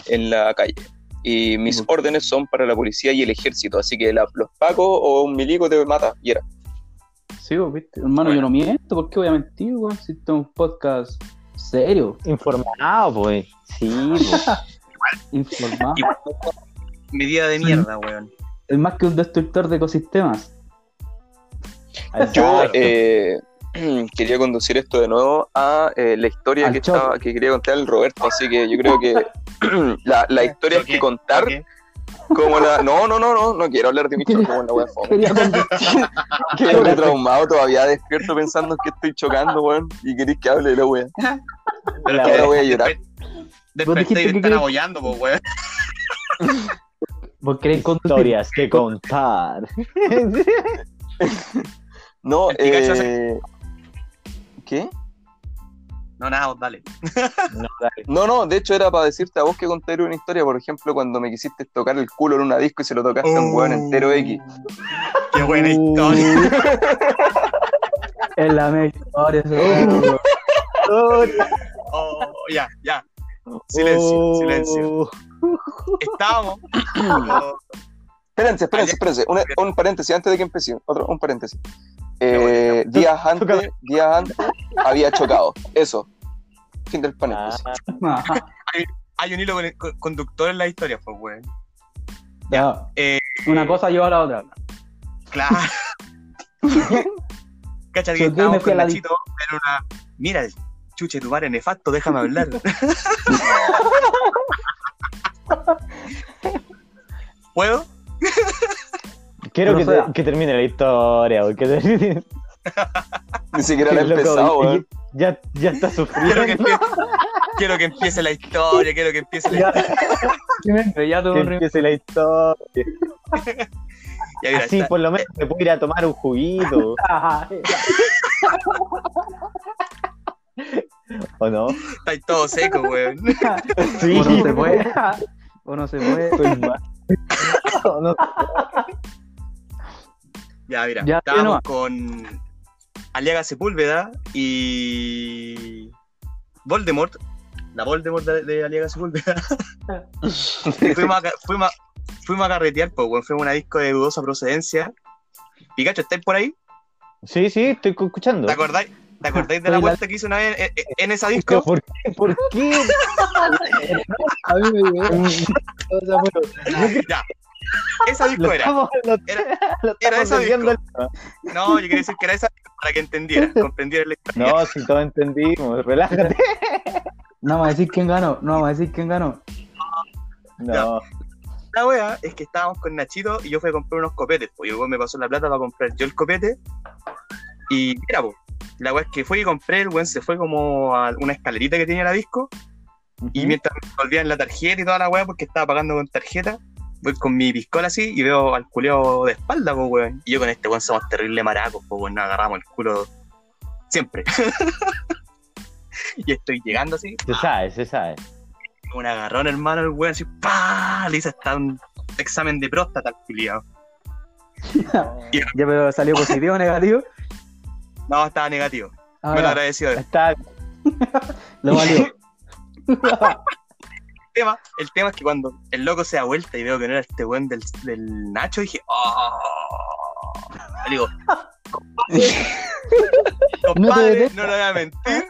en la calle. Y mis Ujú. órdenes son para la policía y el ejército, así que la- los pacos o un milico te mata, y era. Sí, vos, viste. Hermano, yo no miento, ¿por qué voy a mentir, weón? Si esto es un podcast serio, Informado, pues. Sí, pues. informado. Y- Medida de mierda, weón. Es más que un destructor de ecosistemas. Yo Exacto. eh, quería conducir esto de nuevo a eh, la historia Al que, choque. estaba, que quería contar el Roberto, así que yo creo que la, la historia Choque, que contar choque. Como la... No, no, no, no, no quiero hablar de mi choque como la wea fome. Quería conducir. Estoy traumado todavía despierto pensando que estoy chocando, weón. Y queréis que hable de la wea. Pero La que- wea, voy a llorar. desper- Vos Desperté dijiste y que te están querías- abollando, pues, weón. ¿Vos querés conducir? Historias que contar. No, El Pikachu eh... ¿Qué? No, nada, vos dale. No, dale. No, no, de hecho era para decirte a vos que contar una historia, por ejemplo, cuando me quisiste tocar el culo en una disco y se lo tocaste a un weón Oh. Oh. entero X. Qué buena Uh, historia. Es la mejor historia, ese weón, Eh. weón. Oh, ya, ya. Silencio, Oh. silencio. Estábamos. Espérense, Ah, espérense, espérense. Una- un paréntesis antes de que empecé. Otro, un paréntesis. Eh, días antes, días antes, había chocado. Eso. Fin del paréntesis. Ah, Ajá. Hay un hilo con el- con- conductor en la historia, pues, weón. Ya. Eh, Una cosa lleva a la otra. Claro. Cacha que Yo me estábamos fui a con la Nachito en una. Mira, el chuche tu madre nefasto, déjame hablar. ¿Puedo? Quiero que, te- Proceda. que termine la historia, porque Ah. Ni siquiera la he empezado, weón. ya, ya está Quiero que, sufriendo. empiece, quiero que empiece la historia, quiero que empiece la historia. Pero ya tuvo Que un rim- empiece la historia. Ya, mira, Así está- eh. por lo menos me puedo ir a tomar un juguito, Ajá. ¿o no? estáis todo seco, weón. Sí, O no se puede. O no se puede. Pues, Estoy mal. No, no, Ya, mira, Ya, estábamos Genoa. con Aliaga Sepúlveda y Voldemort, la Voldemort de, de Aliaga Sepúlveda. Y fuimos, a, ca- fuimos, a- fuimos a carretear, pues, weón, fuimos a una disco de dudosa procedencia. Pikachu, ¿estáis por ahí? sí, sí, estoy cu- escuchando. ¿Te acordáis? ¿Te acordáis Estoy de la la- vuelta que hice una vez en, en- en esa Pero, disco? ¿Por qué? ¿Por qué? A mí me llegó. Ya. Esa Lo disco era. estamos, lo, Era- lo era estamos esa desviando el- No, yo quería decir que era esa disco para que entendiera, comprendiera la historia. No, si todos entendimos, relájate. No vamos a decir quién ganó, no vamos a decir quién ganó. No, La wea es que estábamos con Nachito y yo fui a comprar unos copetes. Pues y el weón me pasó la plata para comprar yo el copete. Y mira, pues, la wea es que fui y compré, el weón se fue como a una escalerita que tenía la disco. Y mientras me volvían la tarjeta y toda la weá, porque estaba pagando con tarjeta, voy con mi piscola así y veo al culeo de espalda, po, weón. Y yo con este weón somos terrible maracos, po, weón. Nos agarramos el culo siempre. y estoy llegando así, se sabe, se sabe. un agarrón, hermano, el weón, así, pa Le hice hasta un examen de próstata al culiao. Ya, pero salió positivo o negativo. No, estaba negativo. Ah, me lo ya, agradeció después. Está, lo valió. El tema, el tema es que cuando el loco se da vuelta y veo que no era este weón del, del Nacho, dije, ¡oh! Le digo, No te compadre, detesto. no, lo voy a mentir.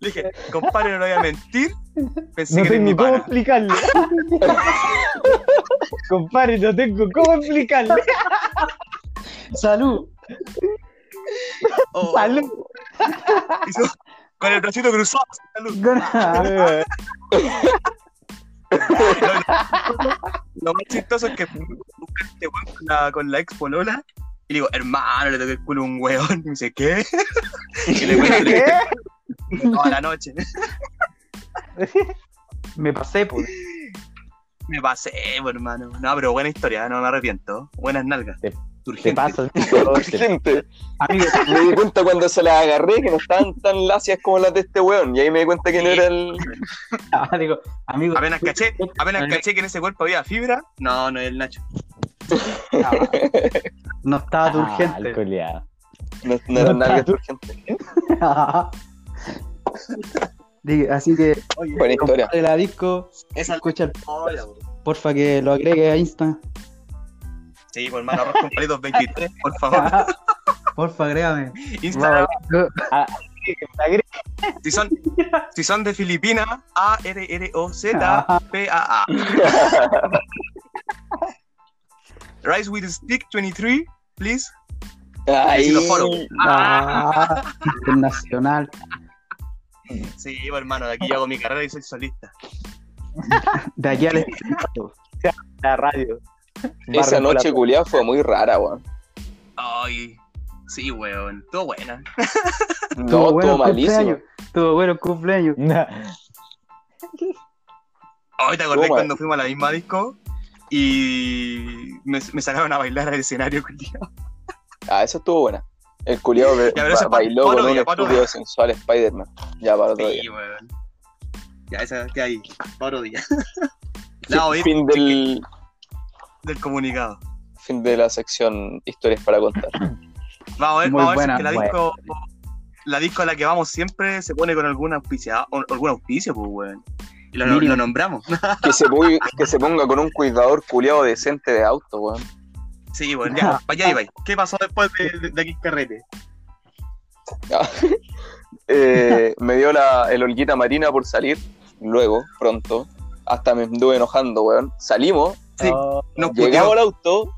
Le dije, compadre, no lo voy a mentir. Pensé no que eres tengo mi cómo pana. explicarlo. Compadre, no tengo cómo explicarlo. Salud. Oh. Salud. Y su- Con el bracito cruzado, salud. Gana. Lo más chistoso es que busca este weón con la, con la ex polola y le digo, hermano, le toqué el culo a un weón. Y me dice, ¿qué? Y le cuento ¿Qué? toda la noche. Me pasé, pues. Me pasé, po, hermano. No, pero buena historia, no me arrepiento. Buenas nalgas. Te- Te Turgente. pasas. Gente, Amigo, me di cuenta cuando se las agarré que no estaban tan lacias como las de este weón. Y ahí me di cuenta que no era el. amigo, amigo. Apenas caché, apenas caché que en ese cuerpo había fibra. No, no es el Nacho. Ah, No estaba Ah, urgente. el culiao. No, no eran nalgas turgentes. Digo, Así que, Oye, Buena historia. compadre la disco, esa escucha, el- Hola, po. porfa que lo agregue a Insta. Sí, por hermano, arroz con palitos 23, por favor. Porfa, agrégame. Instagram, Agre- si son, si son de Filipinas, A R R O Z P A A. Rice with stick 23, please. Ahí. Si lo follow. Ah, internacional. Sí, pues, hermano, de aquí yo hago mi carrera y soy solista. De aquí al La radio. Esa Barrio noche Plata. culiada fue muy rara, weón. Ay, sí, weón, todo buena. No, este todo malísimo. cumpleaños. Tuvo bueno cumpleaños. No, Hoy te acordás Toma. cuando fuimos a la misma disco y me, me sacaron a bailar al escenario, culiao. Ah, esa estuvo buena. El culiado pero ese es pa- bailó pa' con otro un día, pa' otro estúpido sensual Spider-Man. Ya para otro Sí, día. weón. Ya, esa que hay, para otro día. La oí Fin del, del comunicado. fin de la sección historias para contar. Vamos a ver, Muy vamos a ver buena, si es que la disco, la disco a la que vamos siempre se pone con algún auspicio, algún auspicio, pues, weón. Y lo, Mínimo. lo nombramos. Que se, pu- que se ponga con un cuidador culiado decente de auto, weón. Sí, weón, ya, pa' allá iba. ¿Qué pasó después de, de, de aquí carrete? Eh, me dio la, el holguita marina por salir, luego, pronto. Hasta me anduve enojando, weón. Salimos, Sí. no, Nos llegamos puteó. al auto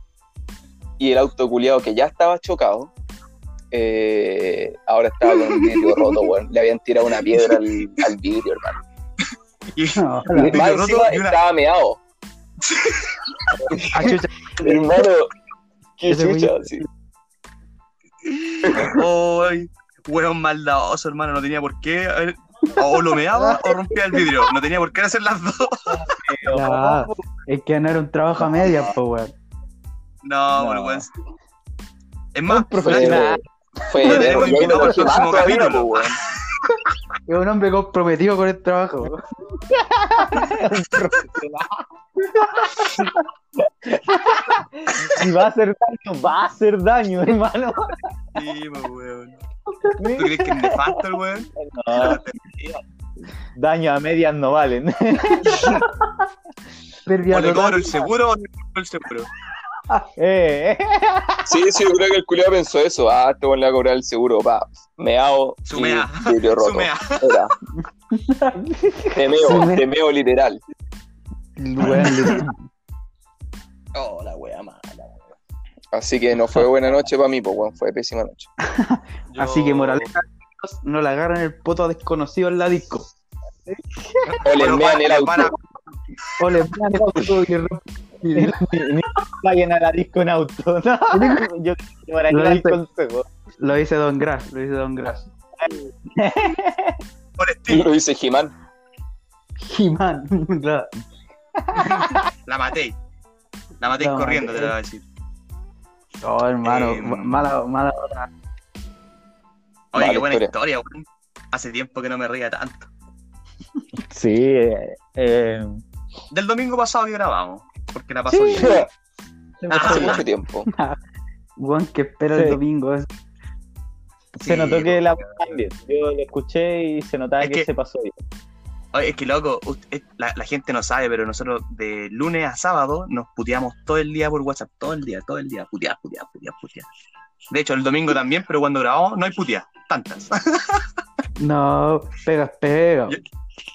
y el auto culiado que ya estaba chocado, eh, ahora estaba con el vidrio roto, weón. Le habían tirado una piedra al, al vidrio, hermano. Y, No, Un Más vidrio roto encima y una- estaba meado. ah, chucha. Hermano, qué Ese chucha. güey- sí. Ay, weón maldadoso, hermano, no tenía por qué. a ver, O lo meaba o rompía el vidrio. No tenía por qué hacer las dos. Ya, es que no era un trabajo a media, pues, weón. No, No. por weón. Es más, profesional. Fue Lo de tenemos invitado al próximo capítulo. Es un hombre comprometido con el trabajo. weón. Si va a hacer daño, va a hacer daño, hermano. sí, pues, weón. ¿Tú crees que es nefasto el weón? No, daño a medias no valen. Pérdida ¿O le total. cobro el seguro o no le cobro el seguro? Eh, eh. Sí, sí, yo creo que el culiado pensó eso. Ah, te voy a cobrar el seguro, pa. Meao. y Sumea. Vidrio roto. Sumea. Era. Te meo, Sumea. te meo literal. Weón, Oh, la wea mala, Así que no fue buena noche para mí, pues, weón. Fue pésima noche. Yo- Así que, moraleja, no le agarran el poto a desconocido en la disco. O les Bueno, mean el para- para- auto. O le pegan el auto y le rompen ni, ni vayan a la disco en auto. No, yo por ahí Lo va el dice- consejo. Lo dice Don Gras, lo dice Don Gras. por estilo. Lo dice He-Man. He-Man, claro. La maté. La maté La corriendo, maté. te lo voy a decir. Oh, hermano, Eh, ma- mala, mala hora. Oye, Vale, qué buena historia. historia, weón. Hace tiempo que no me ría tanto. Sí, eh, eh, Del domingo pasado que grabamos, porque la pasó Sí. bien. Hace Ah. mucho tiempo. Weón, que espera el Sí. domingo. se Sí, notó que weón. la también. Yo lo escuché y se notaba Es que, que- se pasó bien. Oye, es que loco, ust- es- la, la gente no sabe, pero nosotros de lunes a sábado nos puteamos todo el día por WhatsApp, todo el día, todo el día, putear, putear, putear, putear. De hecho, el domingo también, pero cuando grabamos no hay puteas, tantas. No, pegas, pegas. Yo-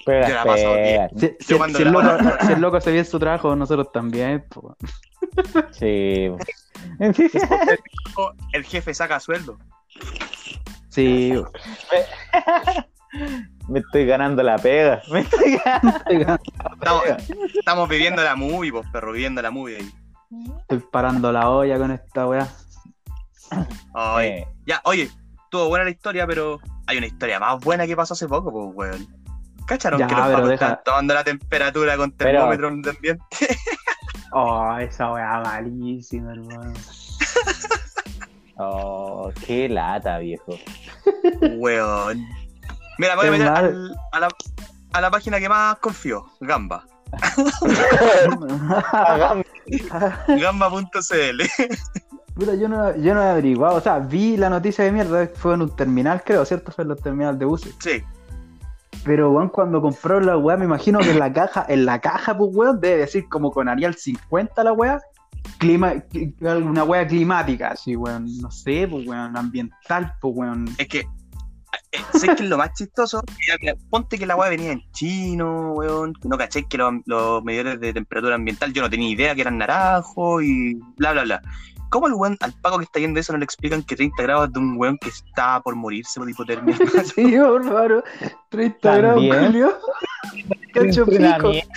Pero Yo la paso espera, Si, si- yo cuando si el loco, grababa- si el loco hace bien su trabajo, nosotros también. po. sí. El jefe saca sueldo. Sí, po. Me estoy ganando la pega. Me estoy ganando. Estamos, estamos viviendo la movie, vos, perro, viviendo la movie. ahí. estoy parando la olla con esta weá. Ay, Ya, oye, estuvo buena la historia, pero hay una historia más buena que pasó hace poco, pues, weón. ¿Cacharon Ya, que los pero papás deja- están tomando la temperatura con Pero- termómetro también? Oh, esa weá malísima, hermano. Oh, qué lata, viejo. Weón. Mira, voy a Qué meter mal. al- a, la, a la página que más confío, Gamba. Ah, Ah, Gamba.cl. Puta, yo no, yo no he averiguado, o sea, vi la noticia de mierda, fue en un terminal, creo, ¿cierto? Fue en los terminales de buses. Sí. Pero, weón, cuando compraron la weá, me imagino que en la caja, en la caja, pues, weón, debe decir como con Arial 50 la weá. Clima, cli- alguna weá climática, así, weón, no sé, pues, weón, ambiental, pues, weón. Es que. eh, ¿Sabes qué es lo más chistoso? Ya, mira, Ponte que la weá venía en chino, weón. No caché que los, los medidores de temperatura ambiental, yo no tenía idea que eran naranjos y bla, bla, bla. ¿Cómo al weón, al Paco que está yendo eso, no le explican que 30 grados de un weón que está por morirse por hipotermia? Sí, por favor, 30 grados, También. Julio. Cacho Una pico. mierda.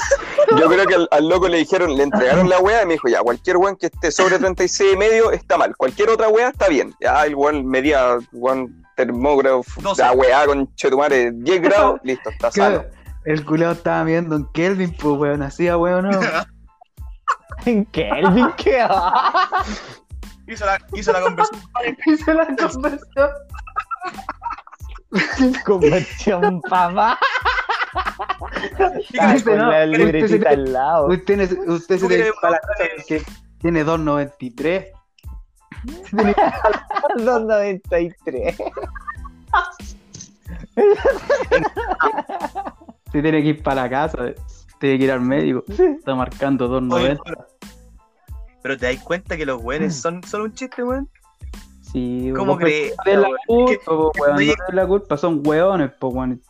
Yo creo que al, al loco le dijeron, le entregaron la wea y me dijo, ya, cualquier weón que esté sobre 36 y medio está mal. Cualquier otra wea está bien. Ya, el weón medía, weón, termógrafo, Doce. la wea con chetumare 10 grados, listo, está Que sano. El culiao estaba viendo en Kelvin, pues, weón, así, ah, weón, no. Kelvin, qué hizo, la, hizo la conversión. Hice la conversión. conversión papá. Ah, Con la no, pero este libretita se- al lado. Usted, es- usted se Tú le que- para la- que tiene 2.93. 293. Se tiene que ir para la casa. Tiene que ir al médico. Está marcando 2.90. Pero te das cuenta que los weones son solo un chiste, weón. Mm. Sí, ¿Cómo vos pensás crees? que es la Es culpa, po, weón, oye- no es la culpa, son weones, po, weón.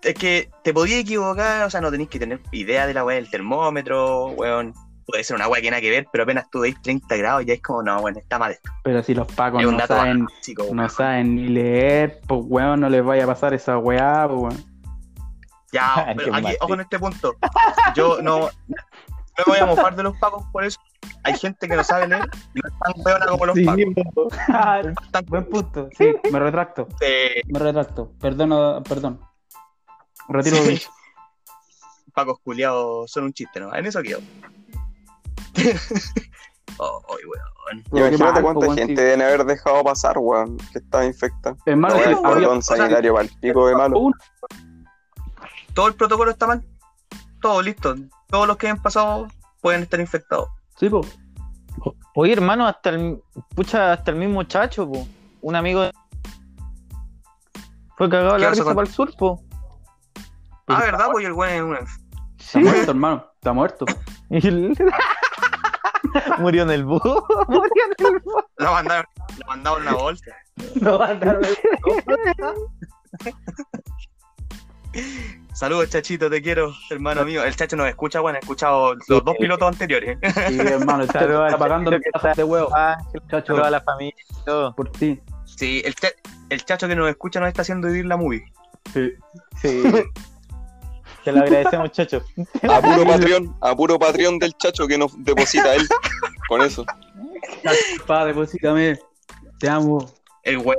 que, es que te podías equivocar, o sea, no tenéis que tener idea de la weá del termómetro, weón. Puede ser una weá que nada que ver, pero apenas tú veis 30 grados ya es como, no, weón, está mal esto. Pero si los pacos es un no dato saben, básico, weón. no saben ni leer, po, weón, no les vaya a pasar esa weá, po, weón. Ya, Ay, pero qué aquí, mal. ojo en este punto. Yo no, no me voy a mofar de los pacos por eso. Hay gente que no sabe leer y no es tan weona como los pacos. Ah, Tan- Buen punto. Sí, me retracto, eh, me retracto. Perdono, perdón. Retiro lo Sí. dicho. pacos culiados son un chiste, ¿no? En eso quedo. oh, oh, weón. Y Qué imagínate mal, po, cuánta pues, weón, sí. gente deben haber dejado pasar, weón, que estaba infectada. Hermano, No, Ah, sí, el weón, había- o cordón sea, sanitario para el pico de malo. uno. Todo el protocolo está mal. Todo listo. Todos los que han pasado pueden estar infectados. Sí, pues, po. Oye, hermano, hasta el, pucha, hasta el mismo chacho, po. un amigo fue cagado de ¿Qué la pasó risa con- para el sur, po. Ah, ¿verdad? Pues el weón es Está un enfermo. muerto, hermano. Está muerto. Y él- Murió en el bus. Murió en el bus. Lo mandaron, lo mandaron a una bolsa. No va a dar Saludos, chachito, te quiero, hermano mío. El chacho nos escucha, bueno, he escuchado los dos pilotos anteriores. Sí, hermano, el chacho Saludos está al pagando chacho los que cajas de huevo. Ángel, Chacho, toda la familia. y todo. por ti. Sí, el, cha- el chacho que nos escucha nos está haciendo vivir la movie. Sí. Sí. Te lo agradecemos, muchachos. A puro Patreon, a puro Patreon del chacho que nos deposita él. Con eso. Pa, deposítame. Te amo. El güey.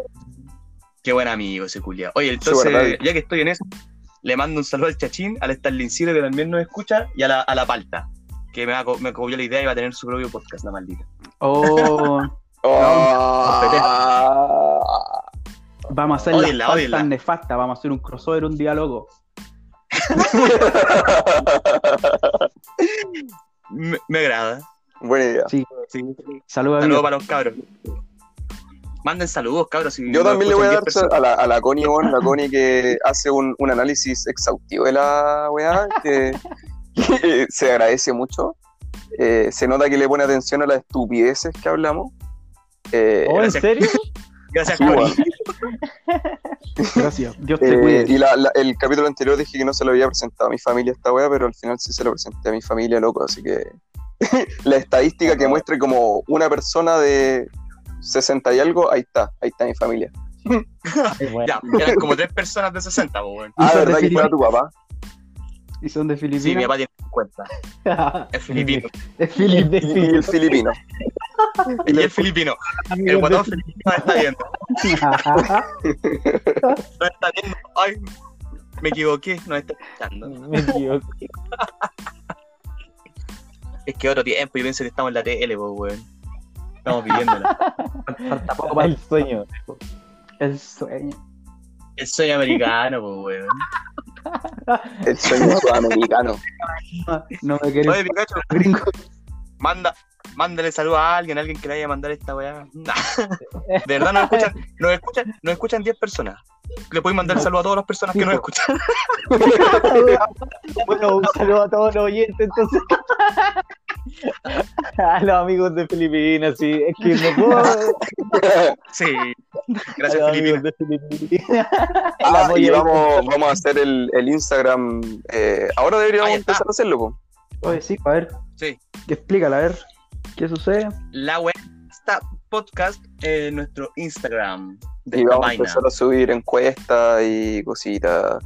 Qué buen amigo ese culiao. Oye, Sí, verdad. entonces, ya que estoy en eso, le mando un saludo al Chachín, al Starlin Ciro, que también nos escucha, y a la, a la Palta, que me, va a co- me copió la idea y va a tener su propio podcast, la maldita. Oh, Ah. vamos a hacer Ódienla, las faltas ódienla. nefastas, vamos a hacer un crossover, un diálogo. Me, me agrada. Buena idea. Sí. Saludos, Saludos amigos. para los cabros. Manden saludos, cabros. si Yo no también le voy escuchan a dar 10 personas. a la, a la Connie, weón, la Connie que hace un, un análisis exhaustivo de la weá, que, que se agradece mucho. Eh, se nota que le pone atención a las estupideces que hablamos. Eh, Oh, ¿En gracias. serio? Gracias, sí, Cori. weón. Gracias. Dios te Eh, pues. cuide. y la- la- el capítulo anterior dije que no se lo había presentado a mi familia esta weá, pero al final sí se lo presenté a mi familia, loco. Así que la estadística que muestre como una persona de 60 y algo, ahí está, ahí está mi familia. Bueno, Ya, eran como tres personas de pues, 60, po, weón. Ah, Hijo de ¿verdad que Filipe. fue a tu papá? Y son de Filipinas. Sí, mi papá tiene 50. Es filipino. es Filipino. Y el filipino. Y el filipino. El guatón filipino no está viendo. No está viendo. Ay, me equivoqué. No está escuchando. Me equivoco. Es que otro tiempo. Yo pensé que estamos en la tele, po, weón. Estamos viviéndola. Falta poco para El sueño. El sueño. el sueño americano, po, weón. El sueño sudamericano. No me querés Oye, Pikachu, gringo. manda, mándale saludo a alguien, a alguien que le vaya a mandar esta weá. Nah. De verdad nos escuchan, nos escuchan, nos escuchan 10 personas. Le podéis mandar saludo a todas las personas que nos escuchan. Bueno, un saludo a todos los oyentes, entonces. A los amigos de Filipinas, sí. Es que no puedo. Sí. A Gracias, los Filipina. amigos de Filipinas. El Ah, y apoyo. vamos, vamos a hacer el, el Instagram. eh, ahora deberíamos Ahí está. empezar a hacerlo, po. Oye, sí, a ver. Sí. Explícala, a ver. ¿Qué sucede? La web está podcast en nuestro Instagram de Y esta vamos a vaina. empezar a subir encuestas y cositas.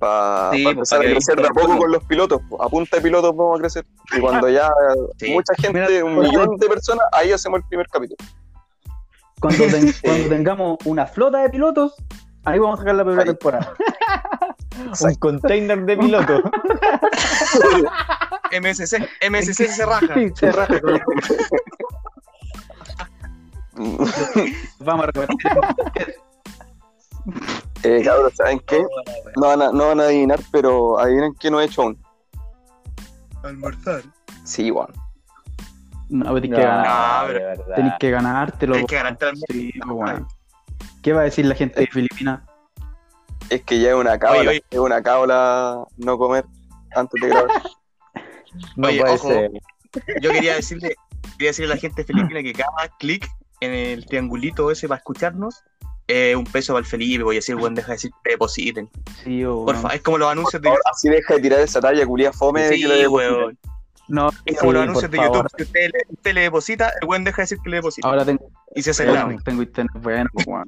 Para Sí, pues, empezar para a que- crecer de a poco con los pilotos. po. A punta de pilotos vamos a crecer. Y cuando ya Sí. mucha gente, un Mira, millón de personas, ahí hacemos el primer capítulo. Cuando, ten- cuando tengamos una flota de pilotos, ahí vamos a sacar la primera Ahí. temporada. Un container de piloto. MSC, MSC se raja. Sí, se raja con- Vamos a recuperar. eh, cabros, ¿saben Oh, qué? No van, a, no van a adivinar, pero adivinen qué no he hecho aún. Almorzar. Sí, bueno. No, pero tenés que ganar. No, de pero- verdad. Tenés que ganártelo. Tenés que ganarte la- Sí, pues, bueno. ¿Qué va a decir la gente de Filipinas? Es que ya es una cábala. oye. Es una cábala no comer antes de grabar. No Oye, puede ojo. ser. Yo quería decirle, quería decirle a la gente filipina que cada clic en el triangulito ese para escucharnos, eh, un peso para el Felipe, voy a decir, weón, deja de decir que depositen. Sí, o Porfa, es como los anuncios de Ahora sí deja de tirar esa talla culia fome Sí, que le debo. weón. No, Es como los sí, por anuncios de favor. YouTube. Si usted le, usted le deposita, el weón deja de decir que le deposita. Ahora tengo, y se hace el lado. tengo internet bueno, pues, bueno.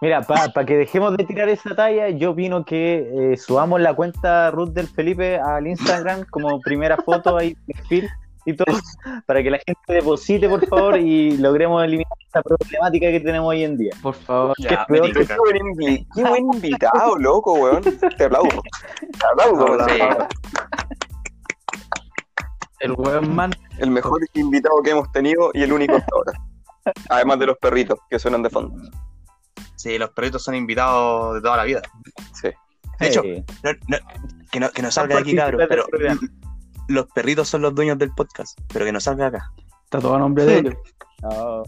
Mira, para que dejemos de tirar esa talla, yo opino que eh, subamos la cuenta Ruth del Felipe al Instagram como primera foto ahí, perfil y todo, para que la gente deposite, por favor, y logremos eliminar esta problemática que tenemos hoy en día. Por favor. Ya, peor me Qué tinca. buen, invi- qué buen invitado, loco, weón. Te aplaudo. Te aplaudo. Hola. weón. El weón man. El mejor invitado que hemos tenido y el único hasta ahora. Además de los perritos que suenan de fondo. Sí, los proyectos son invitados de toda la vida. Sí. De hecho, Eh, no- no- que, no, que no salga de aquí, participar cabrón, del pero programa. los perritos son los dueños del podcast, pero que no salga de acá. Está todo a nombre de ellos. No.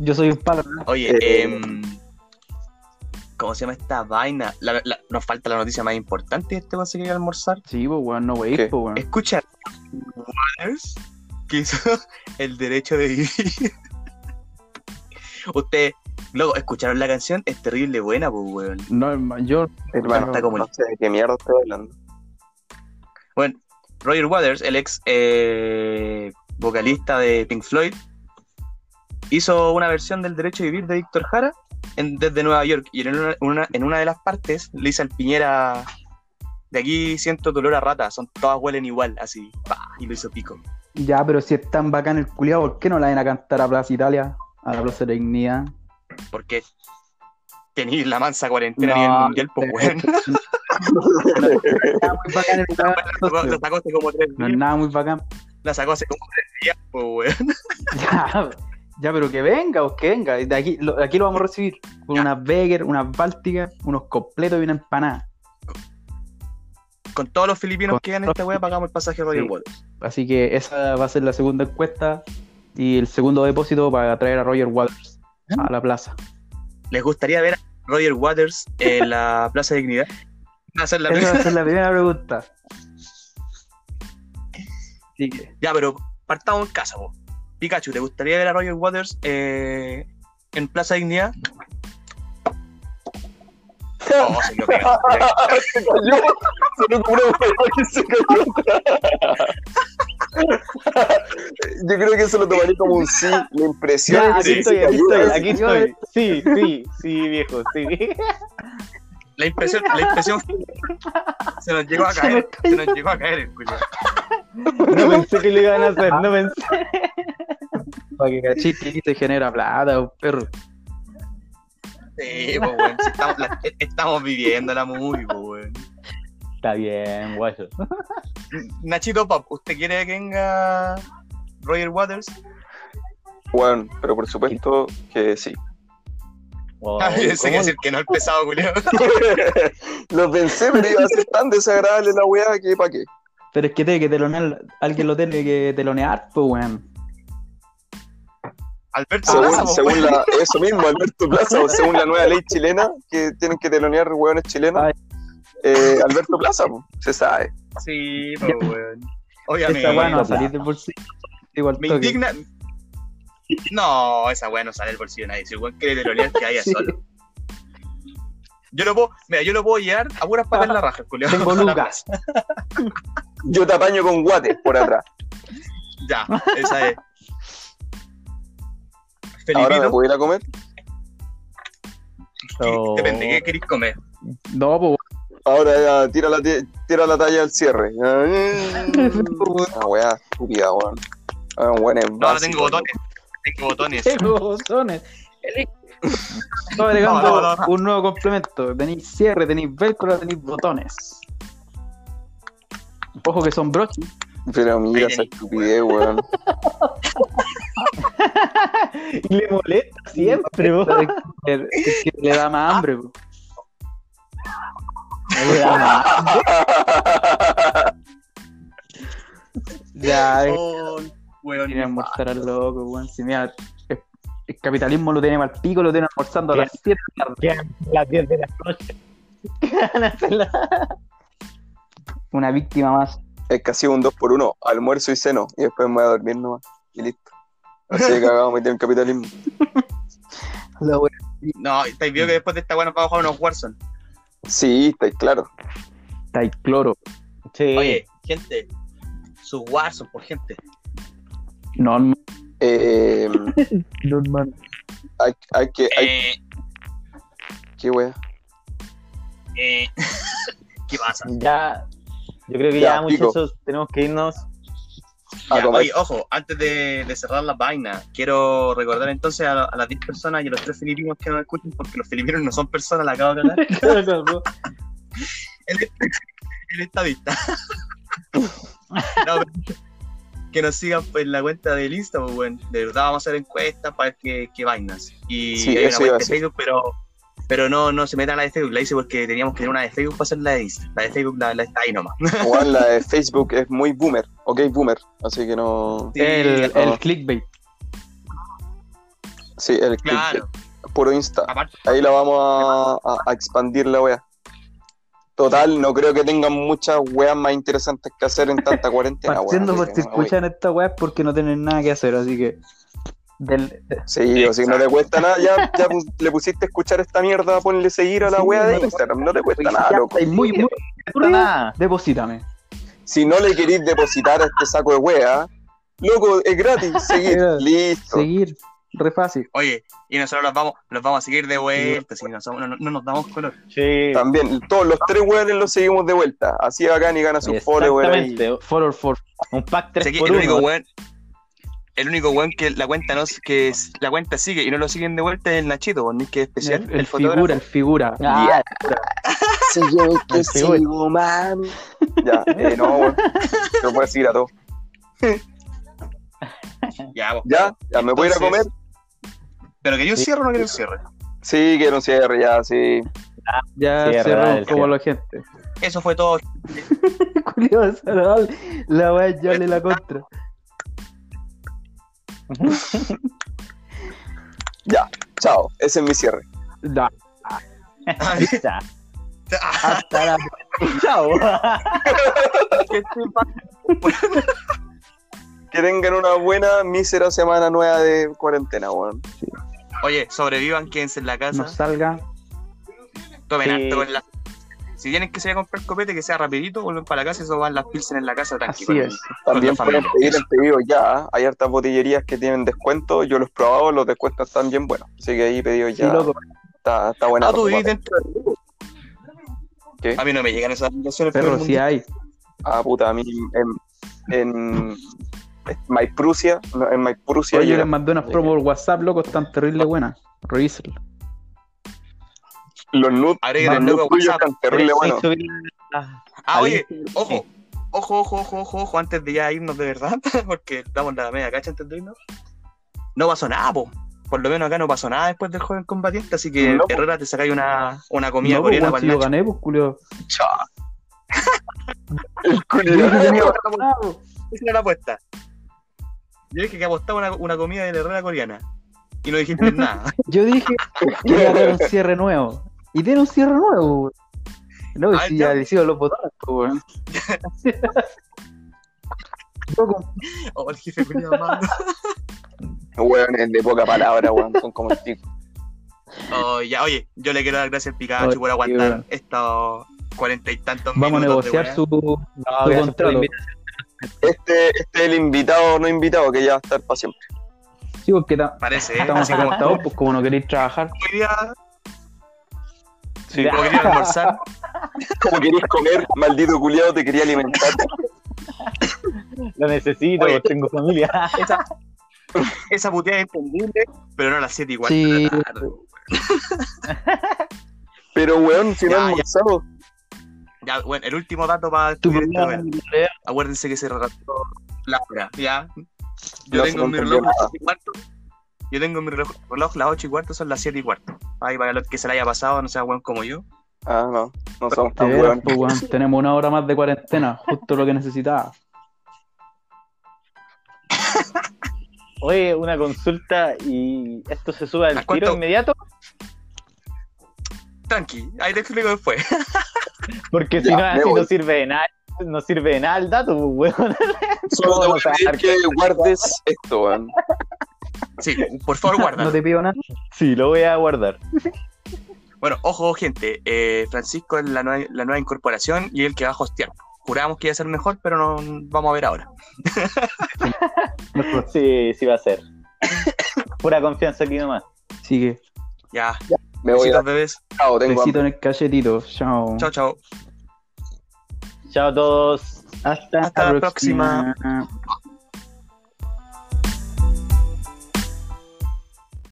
Yo soy un palo. ¿no? Oye, Eh, em, ¿cómo se llama esta vaina? La- la- nos falta la noticia más importante y este va a seguir a almorzar. Sí, pues weón, no wey, ¿Qué? pues weón. Escucha, Waters quiso el derecho de vivir. Ustedes, luego, ¿escucharon la canción? Es terrible buena, pues, weón. No, hermano, yo. Hermano, Está como el- no sé de qué mierda estoy hablando. Bueno, Roger Waters, el ex eh, vocalista vocalista de Pink Floyd, hizo una versión del Derecho a Vivir de Víctor Jara en- desde Nueva York. Y en una, una- en una de las partes le dice al Piñera, de aquí siento dolor a rata, son todas huelen igual, así, pa, y lo hizo pico. Ya, pero si es tan bacán el culiado, ¿por qué no la ven a cantar a Plaza Italia? A la Plaza Dignidad. Porque tenéis la mansa No, cuarentena a nivel mundial, pues, weón. Nada muy bacán el culiao, socio. La sacó hace como tres No es días. nada muy bacán. La sacó hace como tres días, pues, weón. Ya, ya, pero que venga, o que venga. De aquí, lo, aquí lo vamos a recibir. Con Ya. unas Becker, unas Bálticas, unos completos y una empanada. Con todos los filipinos Con que quedan en todos esta weá pagamos el pasaje a Radio Sí. World. Así que esa va a ser la segunda encuesta y el segundo depósito para traer a Roger Waters a la plaza. ¿Les gustaría ver a Roger Waters en la Plaza de Dignidad? Va a ser la Esa primera. va a ser la primera pregunta. Así que, Ya, pero partamos en casa, po. Pikachu, ¿te gustaría ver a Roger Waters eh, en Plaza de Dignidad? Oh, se lo pega. se cayó. Se me ocurrió una hueá que se cayó. Yo creo que eso lo tomaría como un sí, la impresión Ya, es que aquí se estoy, aquí cayó, estoy, así. Aquí estoy. Sí, sí, sí, viejo, sí. La impresión, la impresión se nos llegó a Se caer, nos se cayó. nos llegó a caer el culiao. No pensé que lo iban a hacer, no pensé. para que cachiste y te genera plata, pues, perro. Sí, po, weón. si estamos, la- estamos viviendo la movie, po, weón. Está bien, guayo. Nachito Pop, ¿usted quiere que venga Roger Waters? Bueno, pero por supuesto que sí. Wow, Ah, pensé que Oh, ¿cómo? decir que no el pesado, culiao. lo pensé, pero iba a ser tan desagradable la weá que pa' qué. Pero es que tiene que telonear, alguien lo tiene que telonear, pues, weón. Alberto Según, Plaza, po, según weón. la, eso mismo, Alberto Plaza, o según la nueva ley chilena, que tienen que telonear hueones chilenos, Ay. eh, Alberto Plaza, po, se sabe. Sí, po, weón. Obviamente. Esa weón no va plata. a salir del bolsillo. Igual Me toque. indigna. No, esa weá no sale del bolsillo de nadie. Si el weón quiere telonear, que haya Sí. solo. Yo lo puedo, mira, yo lo puedo llevar a puras patas en la raja, culiao. Tengo A la lucas. plaza. Yo te apaño con guates por atrás. Ya, esa es. Ahora me Felipito, puedo ir a comer. ¿qué- depende, ¿qué queréis comer? No, pues, Ahora ya, tira la, ti- tira la talla al cierre. Ah, weá, estúpida, weón. Ah, weón, es No, ahora básico, tengo botones. Tengo botones. Tengo botones. Estamos agregando No, no, no, pues, un nuevo complemento. Tenéis cierre, tenéis velcro, tenéis botones. Ojo que son broches. Pero mira Ahí esa tenés. estupidez, weón. Le molesta siempre, vos. que, que le da más hambre. pues. po. Le da más. Ya, eh, Oh, weón. tiene que almorzar al loco, weón. Si mira, el, el capitalismo lo tiene mal pico, lo tiene almorzando a las 7 de la tarde. Quedan las 10 de la noche. Quedan hasta la- Una víctima más. Es que ha sido un 2 por 1 almuerzo y seno, y después me voy a dormir nomás, y listo. Así de cagado metido en capitalismo. La wea. No, estáis viendo que después de esta weá nos vamos a jugar unos Warzone. Sí, estáis claro. Está el cloro. Sí. Oye, gente, sus Warzone, por gente. No, no, Eh, no, hermano. hay, hay que, hay Eh, que, weá. eh, ¿Qué pasa? Ya, yo creo que Ya, ya, pico. muchachos, tenemos que irnos. A Ya, comer. oye, ojo, antes de, de cerrar la vaina, quiero recordar entonces a, a las 10 personas y a los 3 filipinos que nos escuchen, porque los filipinos no son personas, la acabo de cagar. el estadista. No, pero que nos sigan pues, en la cuenta del Insta, pues, bueno, de verdad vamos a hacer encuestas para ver qué, qué vainas. Y Sí, hay una eso iba a cuenta de decir. Facebook, pero, pero no, no se metan a la de Facebook, la hice porque teníamos que tener una de Facebook para hacer la de Insta. La de Facebook la, la está ahí nomás. Weón, la de Facebook es muy boomer, ok, boomer. Así que no. el, no. el clickbait. Sí, el clip, Claro, puro Insta. aparte, Ahí la vamos a, a- a expandir la wea. Total, no creo que tengan muchas weas más interesantes que hacer en tanta cuarentena, weón. Partiendo así por que si no, wey. escuchan esta weá es porque no tienen nada que hacer, así que. Del, Sí, o si no te cuesta nada, ya, ya pus- le pusiste a escuchar esta mierda, ponle seguir a la Sí, wea de no te- Instagram, no te cuesta Oye, nada, ya loco. estáis muy, muy Nada. deposítame. Si no le queréis depositar a este saco de wea, Loco, es gratis. Seguir. Mira, Listo. Seguir, re fácil. Oye, y nosotros los vamos, los vamos a seguir de vuelta, si no, somos- no- no nos damos color. Sí, También, todos los tres weones los seguimos de vuelta. Así bacán y gana sus followers. ahí. exactamente. Follow for. Un pack 3 Seguí- por el único 1 weón, el único weón que la cuenta no, que es- la cuenta sigue y no lo siguen de vuelta es el Nachito, weón, que es especial. El, figura, el figura. Ah, Si yo te Sí, güey. mami. Ya, eh, no, weón. Se lo puedes seguir a todos. Ya, vos. Ya, ya, ¿me voy a ir a comer? Entonces- Pero que yo Sí. cierro o no que yo cierre. Sí, quiero un cierre, ya, sí. Ya Cierra, cerró dale, cierra. como la gente. Eso fue todo. Culiao, cerró. La voy a llevarle la contra. Chao, ese es mi cierre. Da, Pizza. Hasta la. Chao. Que tengan una buena, mísera semana nueva de cuarentena, weón. Oye, sobrevivan, quédense en la casa, no salga. tomen Sí. harto con la... Si tienen que salir a comprar copete, que sea rapidito, vuelven para la casa y soban las pilsen en la casa tranquilo. Así es. También Con la pueden familia. pedir el pedido ya. ¿eh? Hay hartas botillerías que tienen descuento. Yo los he probado, los descuentos están bien buenos. Así que ahí pedido Sí, ya. loco. Está, está buena. Ah, tú vivís weón. dentro del grupo. ¿Qué? A mí no me llegan esas aplicaciones. pero Perro, el si hay. Ah, puta, a mí en, en, en Maiprusia, no, en Maiprusia, Oye, yo llega- les mandé unas promos por WhatsApp, loco, están terrible buenas. Revísenlo. los nudes, Agreguen ah, los el logo nudes tuyos WhatsApp. están terrible buenos. Ah, Al oye, ojo, ojo, ojo, ojo, ojo, ojo, antes de ya irnos de verdad, porque damos la media cacha antes de irnos. No pasó nada, po. Por lo menos acá no pasó nada después del joven combatiente, así que No, po. Herrera te sacáis una, una comida No, pues, coreana weón, para si el yo Nacho. gané, pues, culio. Chao. El Yo culiao. dije que tenía ganado, pues. Esa era la apuesta. Yo dije que apostaba una, una comida de la Herrera coreana. Y no dijiste nada. Yo dije que iba a dar un cierre nuevo. Y tiene un cierre nuevo, weón. No, y Ah, si ya. ya le hicieron los botones, pues, weón. Loco, Oh, el jefe culiao malo. Weón, es de poca palabra, weón. Son como el pico. Oh, ya, oye, yo le quiero dar gracias al Pikachu Oye, por aguantar weón. estos cuarenta y tantos Vamos a minutos de negociar weá. su, su gracias por la contrato. Este, este es el invitado o no invitado que ya va a estar para siempre. Sí, porque ta- Parece, ¿eh? estamos Así como acortados, pues como no queréis trabajar. hoy día, Sí. como quería almorzar, Como querés comer, maldito culiado, te quería alimentar. Lo necesito, Oye. tengo familia. esa, esa puteada es entendible, pero no a las 7 igual. Sí. Pero, weón, si no Ya, han ya. almorzado, Ya, bueno, el último dato para Tu despedir esta problema wea. es leer. Acuérdense que se relató la hora, ¿ya? Yo No, tengo no en mi entendió reloj las nada. 8 y cuarto. Yo tengo en mi reloj, reloj las 8 y cuarto, son las 7 y cuarto. Ay, para los que se la haya pasado, no sea weón como yo. Ah, no, no somos De tan veras, weón. pues, weón, Tenemos una hora más de cuarentena, justo lo que necesitaba. Oye, una consulta y esto se sube ¿A al cuánto? tiro inmediato. Tranqui, ahí te explico después. Porque si no, Ya, me así voy. no sirve de nada. No sirve de nada el dato, pues, weón. Solo te voy a pedir que guardes esto, weón. Sí, por favor, guarda. No te pido nada. Sí, lo voy a guardar. Bueno, ojo, gente. eh, Francisco es la, nueva- la nueva incorporación y el que va a hostear. Jurábamos que iba a ser mejor, pero no vamos a ver ahora. Sí, sí va a ser. Pura confianza aquí nomás. Así que, Ya, Me voy a besitos, bebés. chao, tengo besito hambre. en el cachetito. Chao. Chao, chao. Chao a todos. Hasta, Hasta la próxima. próxima.